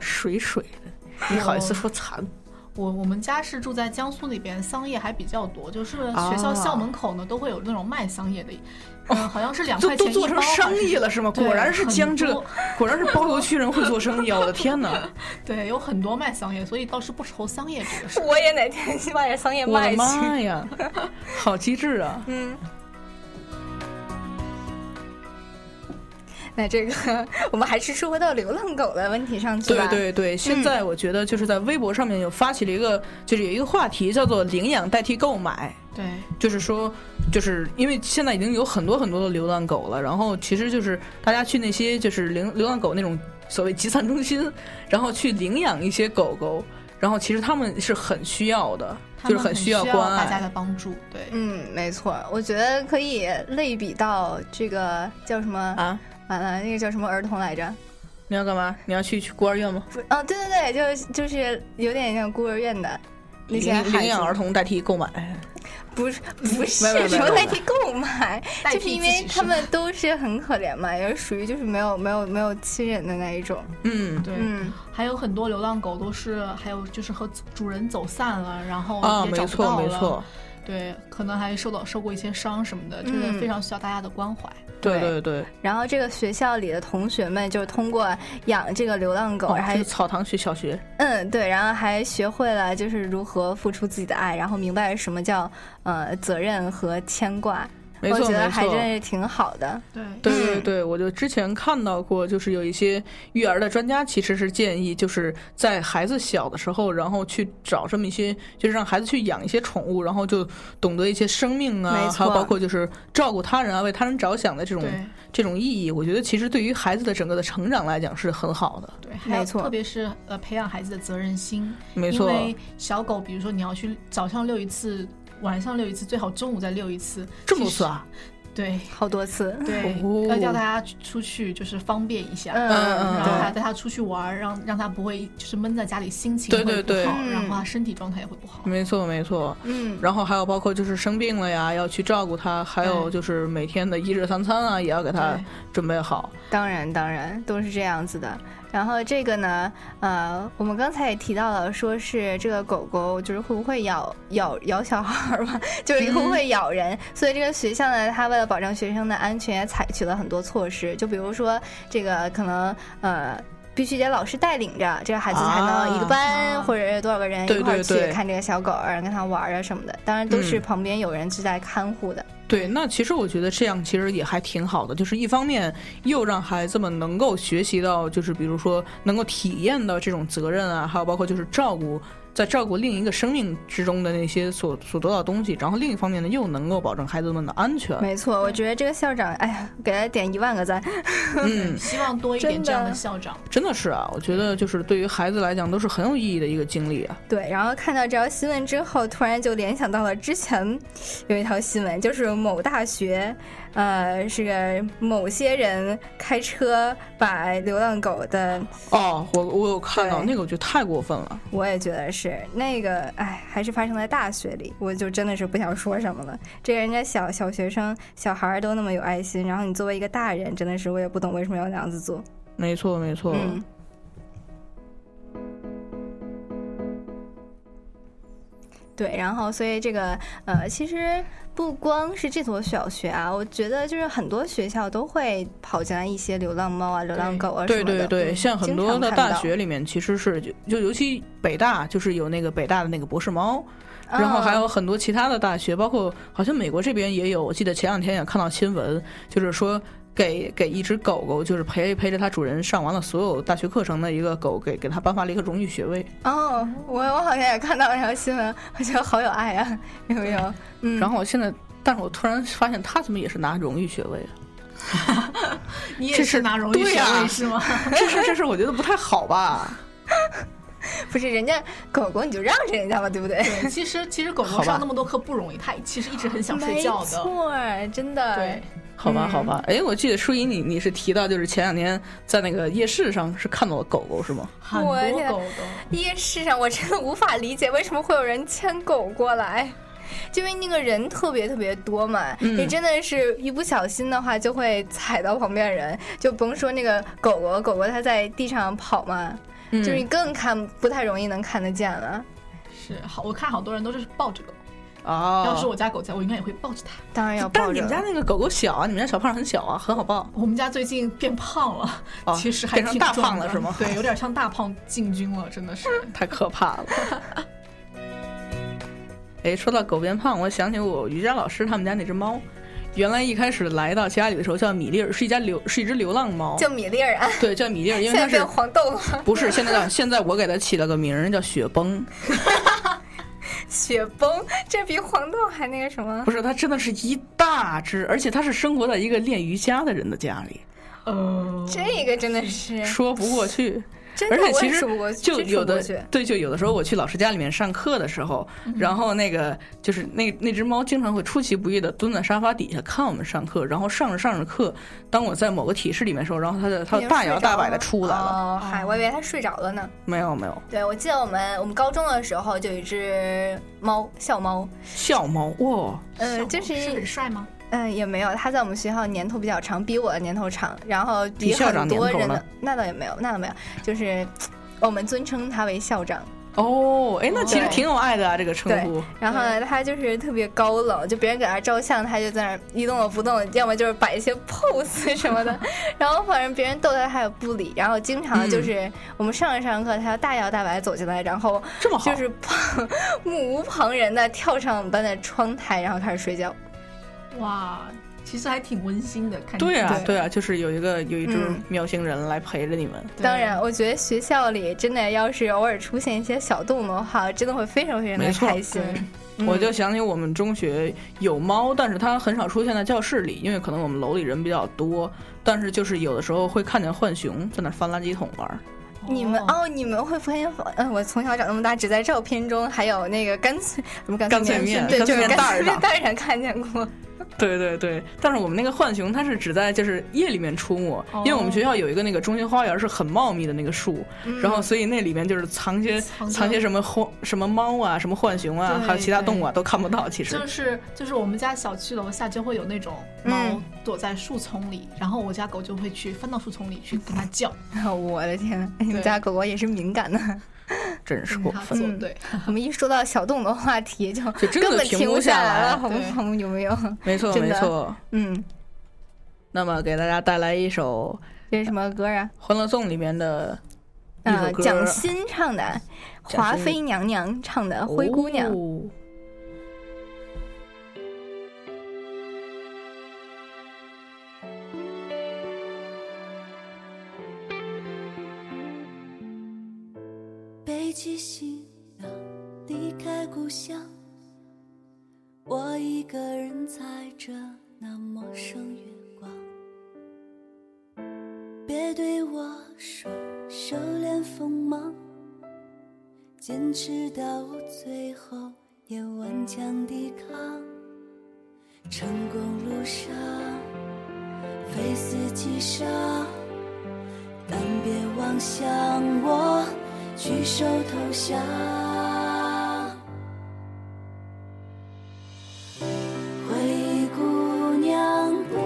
水水的，你好意思说蚕？我我们家是住在江苏那边，桑叶还比较多，就是啊学校校门口呢、都会有那种卖桑叶的，嗯，好像是两都块都钱一包做成生意了是吗？对果然是江浙很多，果然是包邮区人会做生意啊！我的天哪！对，有很多卖桑叶，所以倒是不愁桑叶这个事。 我也哪天去把这 桑叶我的卖去。妈 呀，好机智啊！嗯。那这个， 我们还是说回到流浪狗的问题上去对吧。对对，现在我觉得就是在微博上面有发起了一个，就是有一个话题叫做“领养代替购买”。对，就是说，就是因为现在已经有很多很多的流浪狗了，然后其实就是大家去那些就是流流浪狗那种所谓集散中心，然后去领养一些狗狗，然后其实他们是很需要的，他就是们很需要关大家的爱。帮助。对，嗯，没错，我觉得可以类比到这个叫什么啊？完了，那个叫什么儿童来着？你要干嘛？你要去去孤儿院吗？不，啊，对对对，就是就是有点像孤儿院的那些领孩子领养儿，童代替购买，不是不是 没有没有什么没代有替 购买，代就替是因自为己他是们都是很可怜嘛，也是属于就是没有没有没有亲人的那一种。嗯，对，嗯还有很多流浪狗都是，还有就是和主人走散了，然后啊，哦也没找不错到没了，错，对，可能还受到受过一些伤什么的，就是嗯非常需要大家的关怀。对对对。然后这个学校里的同学们就通过养这个流浪狗，哦，然后这还个草堂区小学，嗯，对，然后还学会了就是如何付出自己的爱，然后明白什么叫呃责任和牵挂。没错我觉没得错还真是嗯挺好的。对对对对，我就之前看到过，就是有一些育儿的专家其实是建议，就是在孩子小的时候，然后去找这么一些，就是让孩子去养一些宠物，然后就懂得一些生命没啊，错还有包括就是照顾他人啊、为他人着想的这种对这种意义。我觉得其实对于孩子的整个的成长来讲是很好的。对，还有没错特别是呃培养孩子的责任心，没错因为小狗，比如说你要去早上遛一次，晚上遛一次，最好中午再遛一次，这么多次啊？对，好多次，对，哦要叫大家出去就是方便一下，嗯嗯嗯然后还对带他出去玩儿，让让他不会就是闷在家里，心情对会对不对好嗯然后他身体状态也会不好。没错，没错。嗯然后还有包括就是生病了呀，要去照顾他，还有就是每天的一日三餐啊，也要给他对准备好。当然，当然都是这样子的。然后这个呢，呃，我们刚才也提到了，说是这个狗狗就是会不会咬咬咬小孩儿嘛， 就是会不会咬嗯人。所以这个学校呢，它为了保障学生的安全，也采取了很多措施，就比如说这个可能呃。必须得老师带领着这个孩子才能一个班、或者多少个人对一块啊儿对去对看这个小狗儿，跟它玩儿啊什么的。当然都是嗯旁边有人是在看护的。对，那其实我觉得这样其实也还挺好的，就是一方面又让孩子们能够学习到，就是比如说能够体验到这种责任啊，还有包括就是照顾在照顾另一个生命之中的那些所所得到的东西，然后另一方面呢，又能够保证孩子们的安全。没错，我觉得这个校长，哎呀，给他点一万个赞。嗯，希望多一点这样的校长。真的是啊，我觉得就是对于孩子来讲都是很有意义的一个经历啊。对，然后看到这条新闻之后，突然就联想到了之前有一条新闻，就是某大学，呃，是个某些人开车把流浪狗的，哦，我我有看到那个，我觉得太过分了。我也觉得是那个，哎，还是发生在大学里，我就真的是不想说什么了。这人家小小学生、小孩儿都那么有爱心，然后你作为一个大人，真的是我也不懂为什么要那样子做。没错，没错。嗯对，然后所以这个呃，其实不光是这所小学啊，我觉得就是很多学校都会跑进来一些流浪猫啊、流浪狗啊什对么的。对对，像很多的大学里面，其实是就就尤其北大，就是有那个北大的那个博士猫，哦然后还有很多其他的大学，包括好像美国这边也有。我记得前两天也看到新闻，就是说给给一只狗狗，就是陪陪着它主人上完了所有大学课程的一个狗，给给它颁发了一个荣誉学位。哦，我我好像也看到那条新闻，我觉得好有爱啊， 有没有？嗯，然后我现在，但是我突然发现它怎么也是拿荣誉学位啊？ 你这也是是拿荣誉对学呀位是 吗？这事这事我觉得不太好吧？不是人家狗狗你就让人家吧，对不对？对，其实其实狗好狗吧上那么多课不容易，它其实一直很想睡没觉的。错儿，真的。对，好吧，好吧，哎，我记得舒怡你你是提到就是前两天在那个夜市上是看到了狗狗是吗？很我多天狗狗。夜市上我真的无法理解为什么会有人牵狗过来， 因为那个人特别特别多嘛，嗯你真的是一不小心的话就会踩到旁边人，就甭说那个狗狗，狗狗它在地上跑嘛，嗯就是你更看不太容易能看得见了。是好，我看好多人都是抱着狗。哦，要是我家狗在，我应该也会抱着它。当然要但抱是着。你们家那个狗狗小啊，你们家小胖很小啊，很好抱。我们家最近变胖了，哦其实还变成挺大壮胖了的是吗对，有点像大胖进军了，真 的是。太可怕了。哎，说到狗变胖，我想起我瑜伽老师他们家那只猫，原来一开始来到家里的时候叫米粒儿，是一家流是一只流浪猫，叫米粒儿 啊，对叫米粒儿，因现为在它是变黄豆了，不是现在叫现在我给它起了个名儿叫雪崩，雪崩，这比黄豆还那个什么不？是它真的是一大只，而且它是生活在一个练瑜伽的人的家里，哦呃，这个真的是，说不过去。真的而且我其也实说不过去，就真说有不过的去对，就有的时候我去老师家里面上课的时候，然后那个就是那那只猫经常会出其不意的蹲在沙发底下看我们上课，然后上着上着课，当我在某个体式里面的时候，然后它的它已经大睡摇着大摆的了出来了，哦，嗨，我以为它睡着了呢。没有没有，对，我记得我们我们高中的时候就有一只猫，校猫，笑猫哇，呃，小就狗是是一很，帅吗？嗯、也没有，它在我们学校年头比较长，比我的年头长，然后比比校长很多年头人呢的，那倒也没有，那倒没有，就是我们尊称它为校长。哦，哎，那其实对挺有爱的啊，这个称对呼。然后呢，它就是特别高冷，就别人给它照相，它就在那儿一动不动，要么就是摆一些 pose 什么的。然后反正别人逗它，它也不理。然后经常嗯就是我们上着上着课，它要大摇大摆地走进来，然后这么好就是旁 目无旁人的跳上我们班的窗台，然后开始睡觉。哇，其实还挺温馨的，看对啊，对对啊，就是有一个有一只嗯喵星人来陪着你们，当然，我觉得学校里真的要是偶尔出现一些小动物的话，真的会非常非常没的错开心。嗯我就想起我们中学有猫，但是它很少出现在教室里，因为可能我们楼里人比较多。但是就是有的时候会看见浣熊在那翻垃圾桶玩儿。你们哦，你们会发现，嗯，我从小长那么大，只在照片中，还有那个干脆什么干干脆面对，干就脆是面干袋脆儿面上袋儿上看见过。对对对，但是我们那个浣熊它是只在就是夜里面出没，因为我们学校有一个那个中心花园是很茂密的那个树，嗯然后所以那里面就是藏些藏着藏些什么浣什么猫啊、什么浣熊啊，对还有其他动物啊都看不到。其实就是就是我们家小区楼下就会有那种猫嗯躲在树丛里，然后我家狗就会去翻到树丛里去跟它叫，嗯 我的天呐，你们家狗狗也是敏感的。真是过它分。做对。我们一说到小动物的话题，就就嗯真的根本停停不下下来了，好不好？有没有？没错真没的错。嗯，那么给大家带来一首这是什么歌啊？ 《欢乐颂》里面的一首呃，歌，蒋欣唱的，蒋欣华妃娘娘唱的《啊灰姑娘》。哦背起行囊，离开故乡，我一个人踩着那陌生月光。别对我说收敛锋芒，坚持到最后也顽强抵抗。成功路上非死即伤，但别妄想我举手投降。回忆姑娘不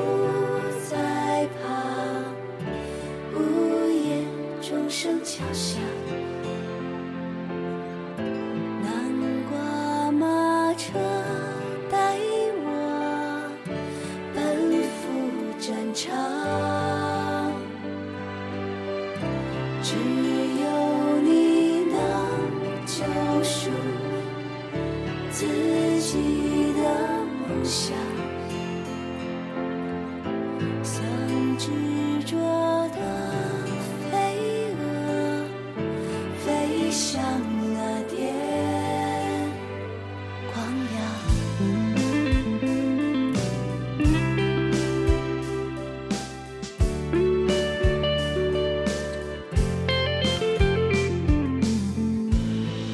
再怕。午夜钟声敲响，南瓜马车带我奔赴战场，只有你能救赎自己的梦想。像执着的飞蛾，飞向那点光亮。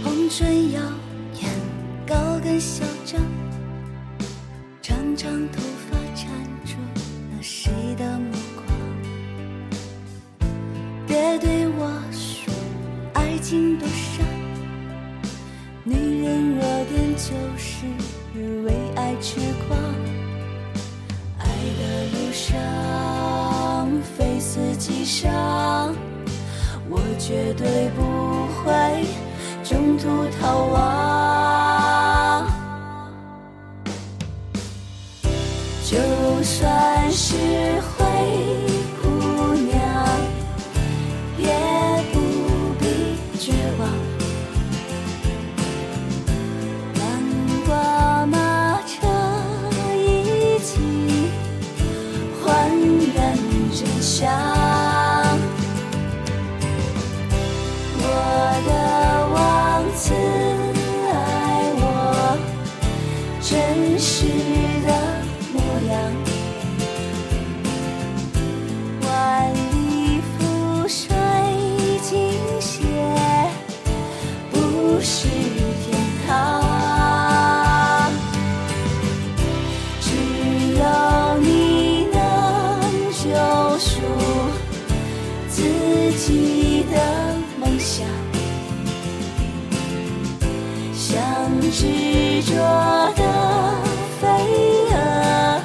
红唇耀眼，高跟嚣张，长长头发缠住那谁的目光？别对我说爱情多伤，女人弱点就是为爱痴狂。爱的路上非死即伤，我绝对不会中途逃亡。就算是灰姑娘，也不必绝望。南瓜马车一起还原真相。我的王子爱我真实的模样。万里浮水尽歇，不是天堂。只有你能救赎啊自己的梦想，像执着的飞蛾。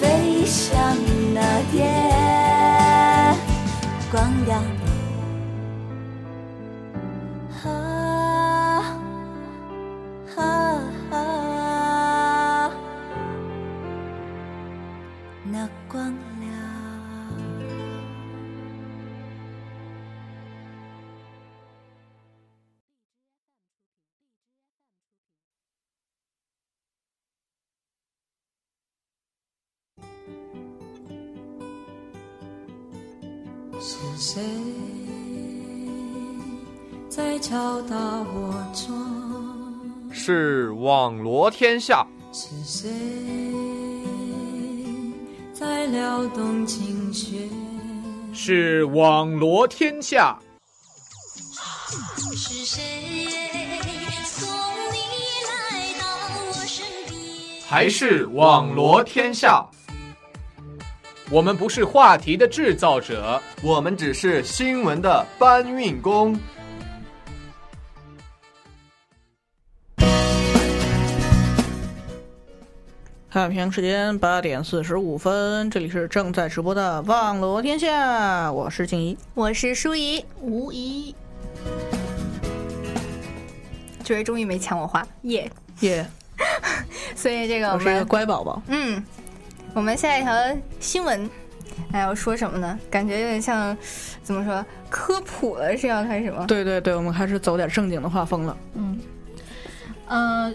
飞向那点光亮。啊啊啊！那光亮。是谁在敲打我窗？哎是网罗天下，是谁在撩动琴弦？是网罗天下。是谁送你来到我身边？还是网罗天下。我们不是话题的制造者，我们只是新闻的搬运工。看平时间八点四十五分，这里是正在直播的《望罗天下》，我是静怡。我是舒怡，无疑。觉得终于没抢我话，耶、耶、所以这个我我是一个们乖宝宝。嗯，我们下一条新闻，哎，要说什么呢？感觉有点像怎么说科普了是要开始吗？，对对对，我们开始走点正经的画风了。嗯，呃，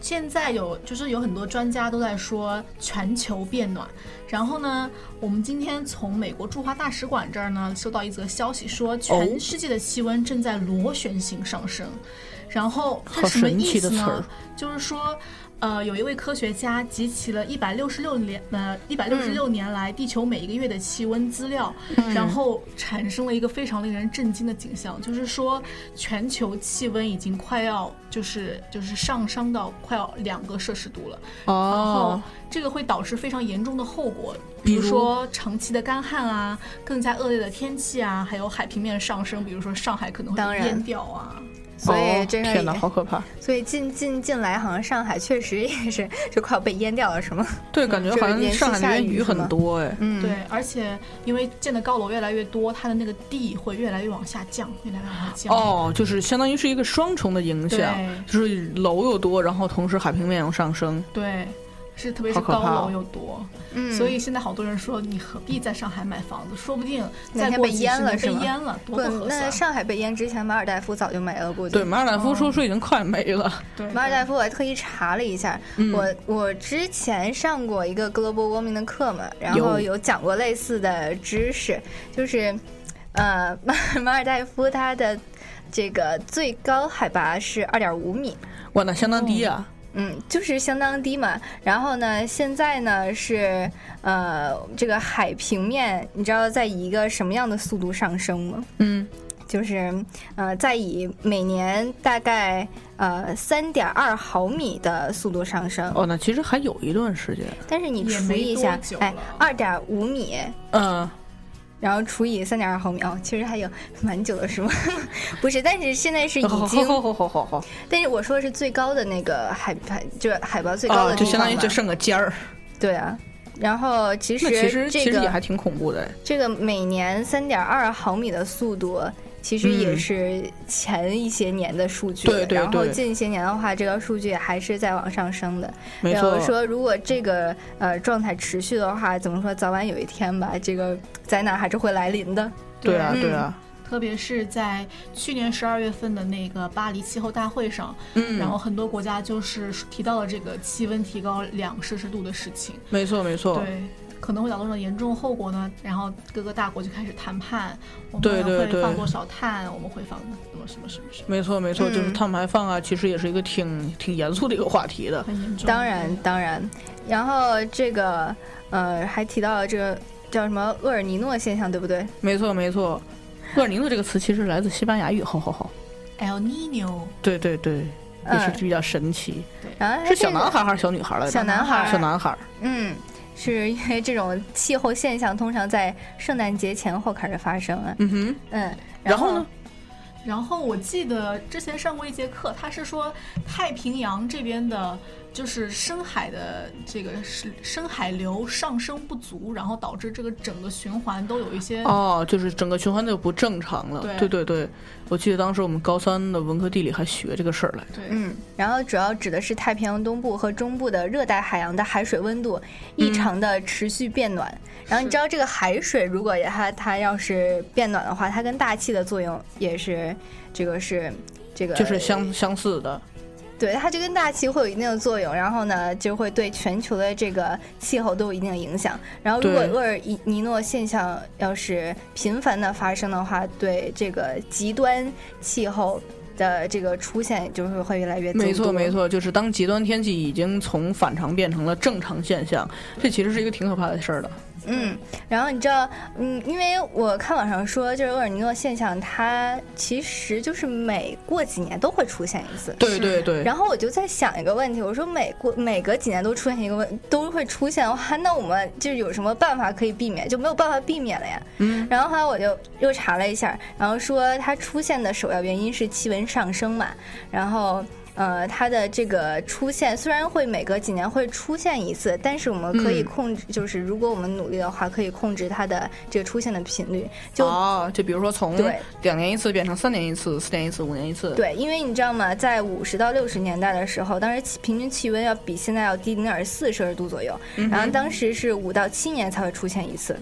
现在有就是有很多专家都在说全球变暖，然后呢，我们今天从美国驻华大使馆哦这儿呢收到一则消息说，全世界的气温正在螺旋形上升。然后它好什么神意奇的思词儿呢？就是说，呃，有一位科学家集齐了一百六十六年呃一百六十六年来地球每一个月的气温资料，嗯然后产生了一个非常令人震惊的景象，就是说全球气温已经快要就是就是上升到快要两个摄氏度了。然后哦，这个会导致非常严重的后果，比比如如说长期的干旱啊，更加恶劣的天气啊，还有海平面上升，比如说上海可能会当被然淹掉啊。所以这个哦天哪，好可 怕！所以近近近来，好像上海确实也是就快要被淹掉了，是吗？对，感觉就是好像连续上海那下边雨雨是很吗多哎。嗯对，而且因为建的高楼越来越多，它的那个地会越来越往下降，越来越往下降。哦，就是相当于是一个双重的影响，对就是啊楼又多，然后同时海平面又上升。对，是特别是好可怕高哦楼又多，嗯所以现在好多人说你何必在上海买房子，说不定哪再天过被几十淹了年是被吗？淹了，多不不合嗯那算。上海被淹之前，马尔代夫早就没了，估计。对，马尔代哦夫说说已经快没了。对马尔代夫，我还特意查了一下，嗯我我之前上过一个 global warming 的课嘛，然后有有讲过类似的知识，就是，呃，马马尔代夫它的这个最高海拔是二点五米，哇，那相当低啊！嗯，就是相当低嘛。然后呢，现在呢是呃，这个海平面，你知道在以一个什么样的速度上升吗？嗯，就是呃，在以每年大概呃三点二毫米的速度上升。哦，那其实还有一段时间。但是你也除没以一多下久，哎，二点五米，嗯，然后除以三点二毫米，哦，其实还有蛮久的是吗？ 不是，但是现在是已经，好好好好好好，但是我说的是最高的那个海海，就是海拔最高啊，的、就相当于就剩个尖儿。对啊，然后其实那其实这其个实也还挺恐怖的哎。这个每年三点二毫米的速度，其实也是前一些年的数据了、嗯对对然后对近些年的话，这个数据还是在往上升的。没然后错说如果这个呃状态持续的话，怎么说，早晚有一天吧，这个灾难还是会来临的。对啊，对啊，特别是在去年十二月份的那个巴黎气候大会上，嗯然后很多国家就是提到了这个气温提高两摄氏度的事情，没错没错。对，可能会导致什么严重后果呢？然后各个大国就开始谈判，我们对要对对会放多少碳，我们会放什么什么什么什么，没错没错，就是嗯碳排放啊，其实也是一个挺挺严肃的一个话题 的。很严重。当然，当然，然后这个呃还提到了这个叫什么厄尔尼诺现象，对不对？没错没错，厄尔尼诺这个词其实来自西班牙语，好好好。 ，El Nino，对对对，也是嗯比较神奇。然后它是小哎这个男孩还是小女孩来着？小男孩儿小男孩儿。嗯，是因为这种气候现象通常在圣诞节前后开始发生啊。嗯哼，嗯，然后后呢？然后我记得之前上过一节课，他是说太平洋这边的，就是深海的这个是深海流上升不足，然后导致这个整个循环都有一些哦，就是整个循环就不正常了。对对对对，我记得当时我们高三的文科地理还学这个事儿来着。对，嗯，然后主要指的是太平洋东部和中部的热带海洋的海水温度嗯异常的持续变暖。然后你知道这个海水如果它它要是变暖的话，它跟大气的作用也是这个是这个就是相相似的，对，它就跟大气会有一定的作用，然后呢，就会对全球的这个气候都有一定的影响。然后，如果对厄尔尼诺现象要是频繁的发生的话，对这个极端气候的这个出现就是会越来越增没错多没。错，就是当极端天气已经从反常变成了正常现象，这其实是一个挺可怕的事儿的。嗯，然后你知道，嗯，因为我看网上说，就是厄尔尼诺现象，它其实就是每过几年都会出现一次。对对对，然后我就在想一个问题，我说每过每隔几年都出现一个问，都会出现的话，那我们就是有什么办法可以避免？就没有办法避免了呀。嗯。然后后来我就又查了一下，然后说它出现的首要原因是气温上升嘛，然后。呃，它的这个出现虽然会每隔几年会出现一次，但是我们可以嗯控制，就是如果我们努力的话，可以控制它的这个出现的频率。就哦，就比如说从对两年一次变成三年一次、四年一次、五年一次。对，因为你知道吗，在五十到六十年代的时候，当时气平均气温要比现在要低零点四摄氏度左右，嗯哼然后当时是五到七年才会出现一次，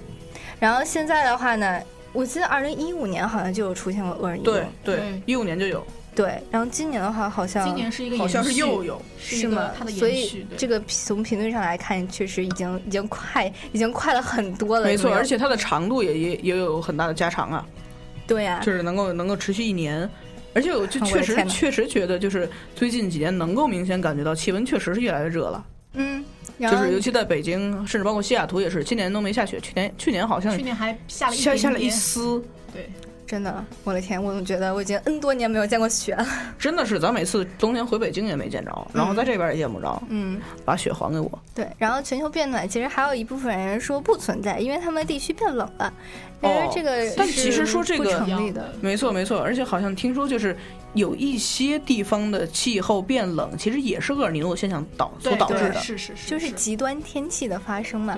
然后现在的话呢，我记得二零一五年好像就有出现过厄尔尼诺，对对，一五年就有。对，然后今年的话好像今年是一个好像是延续又有是一是个吗它的？所延续以对这个从频率上来看，确实已经已经快已经快了很多了，没有错，有而且它的长度也也也有很大的加长啊，对呀、就是能够能够持续一年，而而且我就我的确实天哪确实觉得，就是最近几年能够明显感觉到气温确实是越来越热了，嗯，然就后是尤其在北京，甚至包括西雅图也是，今年都没下雪，去年去年好像去年还下了一下点下了一点丝，对，真的，我的天，我总觉得我已经 N 多年没有见过雪了。真的是咱每次冬天回北京也没见着，然后在这边也见不着，嗯，把雪还给我。对，然后全球变暖其实还有一部分人说不存在，因为他们地区变冷了。但是这个哦，但其实是说这不个成立的，没错没错，而且好像听说就是有一些地方的气候变冷，其实也是厄尔尼诺现象导所导致的。是是，就是极端天气的发生嘛。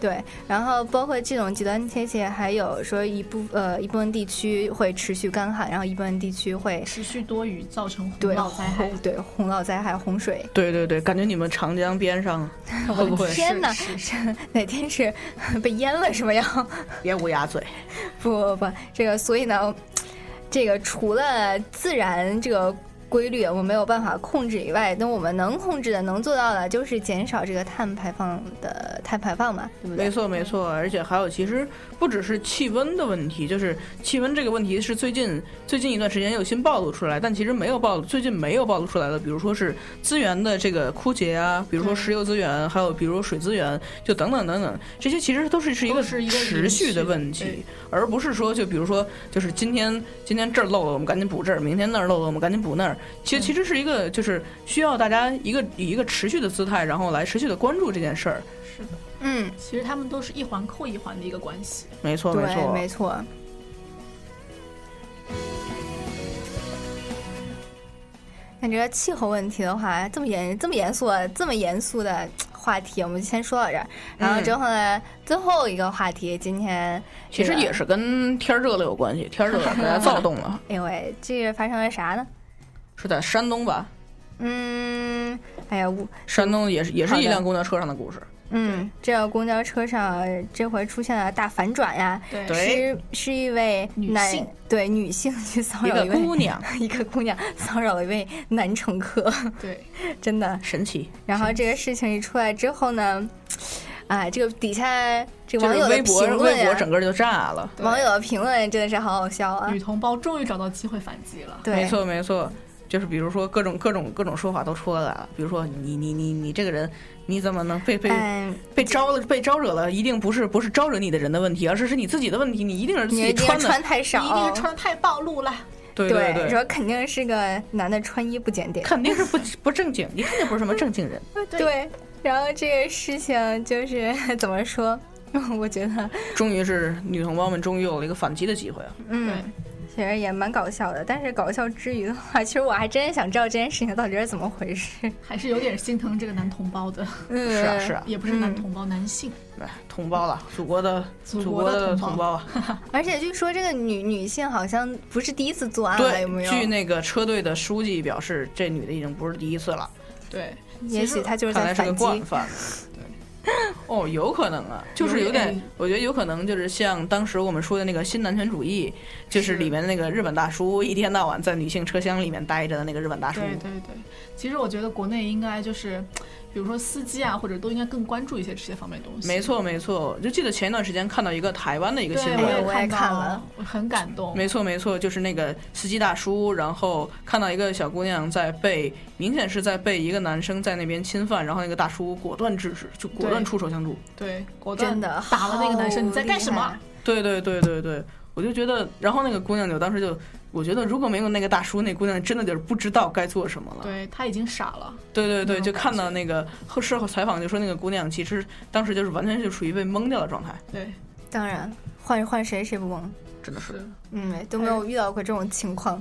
对。然后包括这种极端天气，还有说一部呃一部分地区会持续干旱，然后一部分地区会持续多雨造成对哦洪涝灾害洪对洪涝灾害、洪水。对对对，感觉你们长江边上会不会天哪，是哪天是 被淹了是吗？要别乌鸦嘴，不不不，这个所以呢，这个除了自然这个规律我们没有办法控制以外，那我们能控制的、能做到的，就是减少这个碳排放的碳排放嘛，对不对？没错没错，而且还有，其实不只是气温的问题，就是气温这个问题是最近最近一段时间又新暴露出来，但其实没有暴露，最近没有暴露出来的，比如说是资源的这个枯竭啊，比如说石油资源，还有比如说水资源，就等等等等，这些其实都是是一个持续的问题，而不是说就比如说就是今天今天这儿漏了，我们赶紧补这儿；明天那儿漏了，我们赶紧补那儿。其实其实是一个就是需要大家一个以一个持续的姿态，然后来持续的关注这件事儿。是的，嗯，其实他们都是一环扣一环的一个关系。没错，对错，没错。那这个气候问题的话，这么严、这么严肃、啊这么严肃的话题，我们就先说到这儿。然后之嗯后呢，最后一个话题，今天其实这个也是跟天儿热了有关系，天儿热了，大 家躁动了。哎呦喂，这个发生了啥呢？是在山东吧？嗯，哎呀，我山东也是也是好一的辆公交车上的故事。嗯，这个公交车上这回出现了大反转呀，对是是一位女男性对女性去骚扰一一个位姑娘， 一个姑娘骚扰了一位男乘客， 对，真的神奇。然后这个事情一出来之后呢，啊，这个底下这就个网是友的微博评论微博呀，整个就炸了。网友的评论真的是好好笑啊，女同胞终于找到机会反击了。对没错没错，就是比如说各种各种各种说法都出来了，比如说你你你你这个人，你怎么能被被哎被招了被招惹了？一定不是不是招惹你的人的问题，而是是你自己的问题，你一定是自你一己定穿的穿太少，你一定是穿太暴露了，对对对说肯定是个男的穿衣不检点，肯定是不不正经，一看就不是什么正经人。对，然后这个事情就是 怎么说？我觉得，终于是女同胞们终于有了一个反击的机会啊！嗯，其实也蛮搞笑的。但是搞笑之余的话， 其实我还真想知道这件事情到底是怎么 回事。还是有点心疼这个男同胞的。嗯是啊是啊也不是男同胞，男性。来，哎同胞了，祖国的祖国的的同同胞啊！而且据说这个女女性好像不是第一次作案了，对啊有没，有？据那个车队的书记表示，这女的已经不是第一次了，对，也许她就是看在来是个反击。惯犯。对，哦，有可能啊，就是有有点点，我觉得有可能就是像当时我们说的那个新男权主义，就是里面的那个日本大叔，一天到晚在女性车厢里面待着的那个日本大叔。对对对，其实我觉得国内应该就是，比如说司机啊，或者都应该更关注一些这些方面的东西。没错没错，我就记得前一段时间看到一个台湾的一对，个新闻，我也看到，我很感动。没错，没错，就是那个司机大叔，然后看到一个小姑娘在被，明显是在被一个男生在那边侵犯，然后那个大叔果断制止，就果断出手相助。对，果断真的打了那个男生，好你在干什厉害么？啊对对对对对，我就觉得，然后那个姑娘就当时就，我觉得如果没有那个大叔，那姑娘真的就是不知道该做什么了。对他已经傻了。对对对，就看到那个后事后采访就说那个姑娘其实当时就是完全就处于被懵掉的状态。对，当然，换换谁谁不懵？真的是。嗯，都没哎有遇到过这种情况。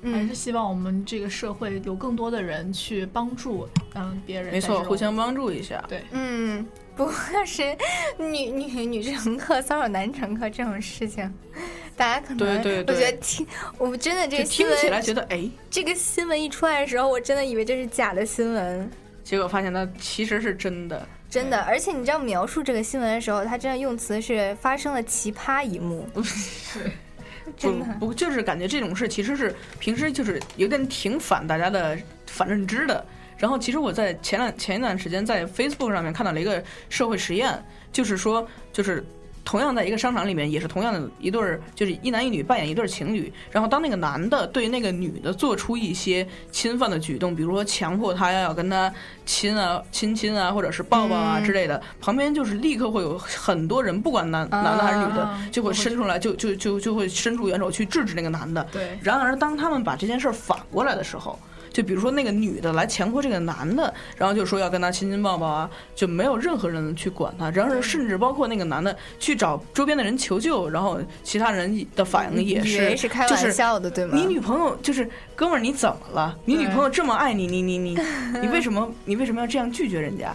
还嗯是希望我们这个社会有更多的人去帮助，嗯，别人没在错，这种互相帮助一下。对，嗯，不过是女女女乘客骚扰男乘客这种事情，大家可能对对对我觉得听，我真的这就个听新闻起来觉得哎，这个新闻一出来的时候，我真的以为这是假的新闻，结果发现它其实是真的。真的。而且你知道描述这个新闻的时候，他真的用词是发生了奇葩一幕，真不的不就是感觉这种事其实是平时就是有点挺反大家的反认知的。然后其实我在前两前一段时间在 Facebook 上面看到了一个社会实验，就是说就是。同样在一个商场里面，也是同样的一对儿，就是一男一女扮演一对儿情侣。然后当那个男的对那个女的做出一些侵犯的举动，比如说强迫她要跟他亲啊、亲亲啊，或者是抱抱啊嗯之类的，旁边就是立刻会有很多人，不管男啊男的还是女的啊，嗯就会伸出来，就就就就会伸出援手去制止那个男的。对然而，当他们把这件事儿反过来的时候，就比如说那个女的来强迫这个男的，然后就说要跟他亲亲抱抱啊，就没有任何人去管他。然而，甚至包括那个男的去找周边的人求救，然后其他人的反应也以是，为是开玩笑的就是对吗你女朋友就是哥们儿，你怎么了？你女朋友这么爱你，你你 你你为什么你为什么要这样拒绝人家？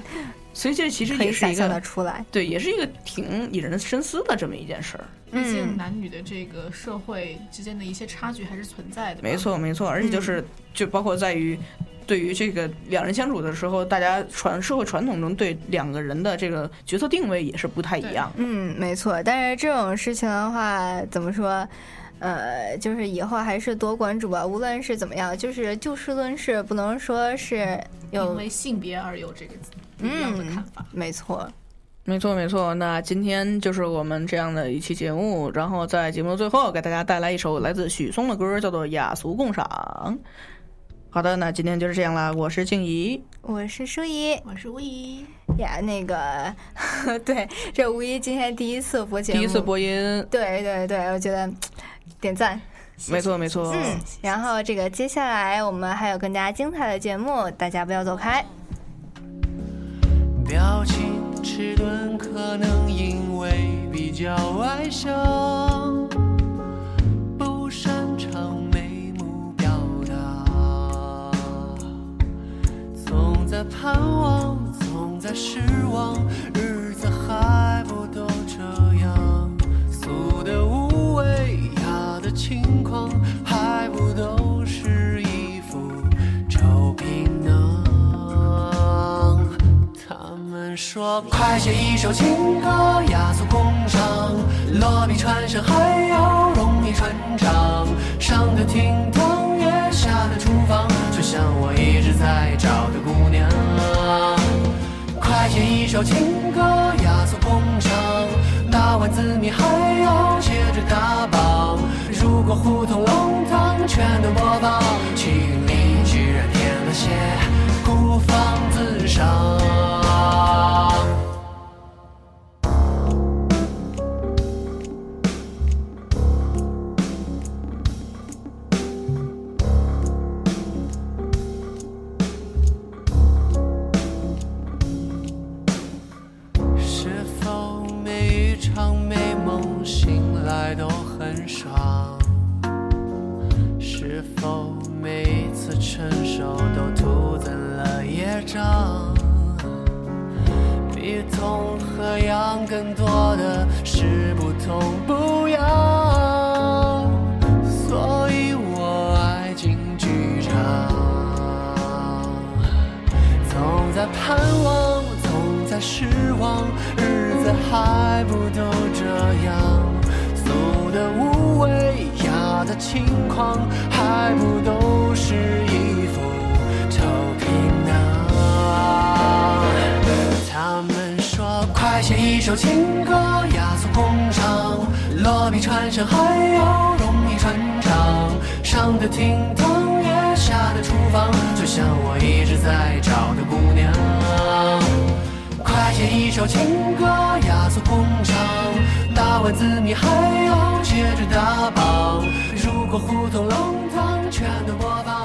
所以这其实可以也是想一象个的出来。对，也是一个挺引人深思的这么一件事儿。毕嗯嗯竟男女的这个社会之间的一些差距还是存在的。没错，，没错，而嗯且就是、就包括在于。对于这个两人相处的时候，大家传社会传统中对两个人的这个角色定位也是不太一样。嗯，没错。但是这种事情的话，怎么说？呃，就是以后还是多关注吧。无论是怎么样，就是就事论事，不能说是有因为性别而有这个不一样的看嗯，没错。没错，没错。那今天就是我们这样的一期节目，然后在节目的最后给大家带来一首来自许嵩的歌，叫做《雅俗共赏》。好的，那今天就是这样啦，我是静怡。我是舒怡，我是吴怡呀。那个， 对，这吴怡今天第一次播节目，第一次播音，对对对，我觉得点赞。没错，没错。嗯，然后这个接下来我们还有更加精彩的节目，大家不要走开。表情迟钝，可能因为比较外向，不擅长眉目表达，总在盼望，总在失望，日子还不都这样，俗的无味，雅的轻狂，还不都是一副臭皮囊。他们说，快写一首情歌，雅俗共赏，落笔传神，还要容易传唱。上得厅堂，也下得厨房，就像我一直在找的姑娘。快写一首情歌，雅俗共赏，打完字谜还要接着打榜。如果胡同弄堂全都播放，其余你居然点了些孤芳自赏。是否每一场美梦醒来都很爽？是否每一次成熟都徒增了业障？比痛和痒更多的是不痛不痒，所以我爱进剧场。总在盼望，总在失望，日子还不都这样？俗的无味，雅的轻狂，还不都是一副臭皮啊囊？他们说，快写一首情歌，雅俗共赏，落笔传神，还要容易传唱。上得厅堂，也下得厨房，就像我一直在找的姑娘。快写一首情歌，雅俗共赏，打完字谜还要接着打榜。如果胡同弄堂全都播放，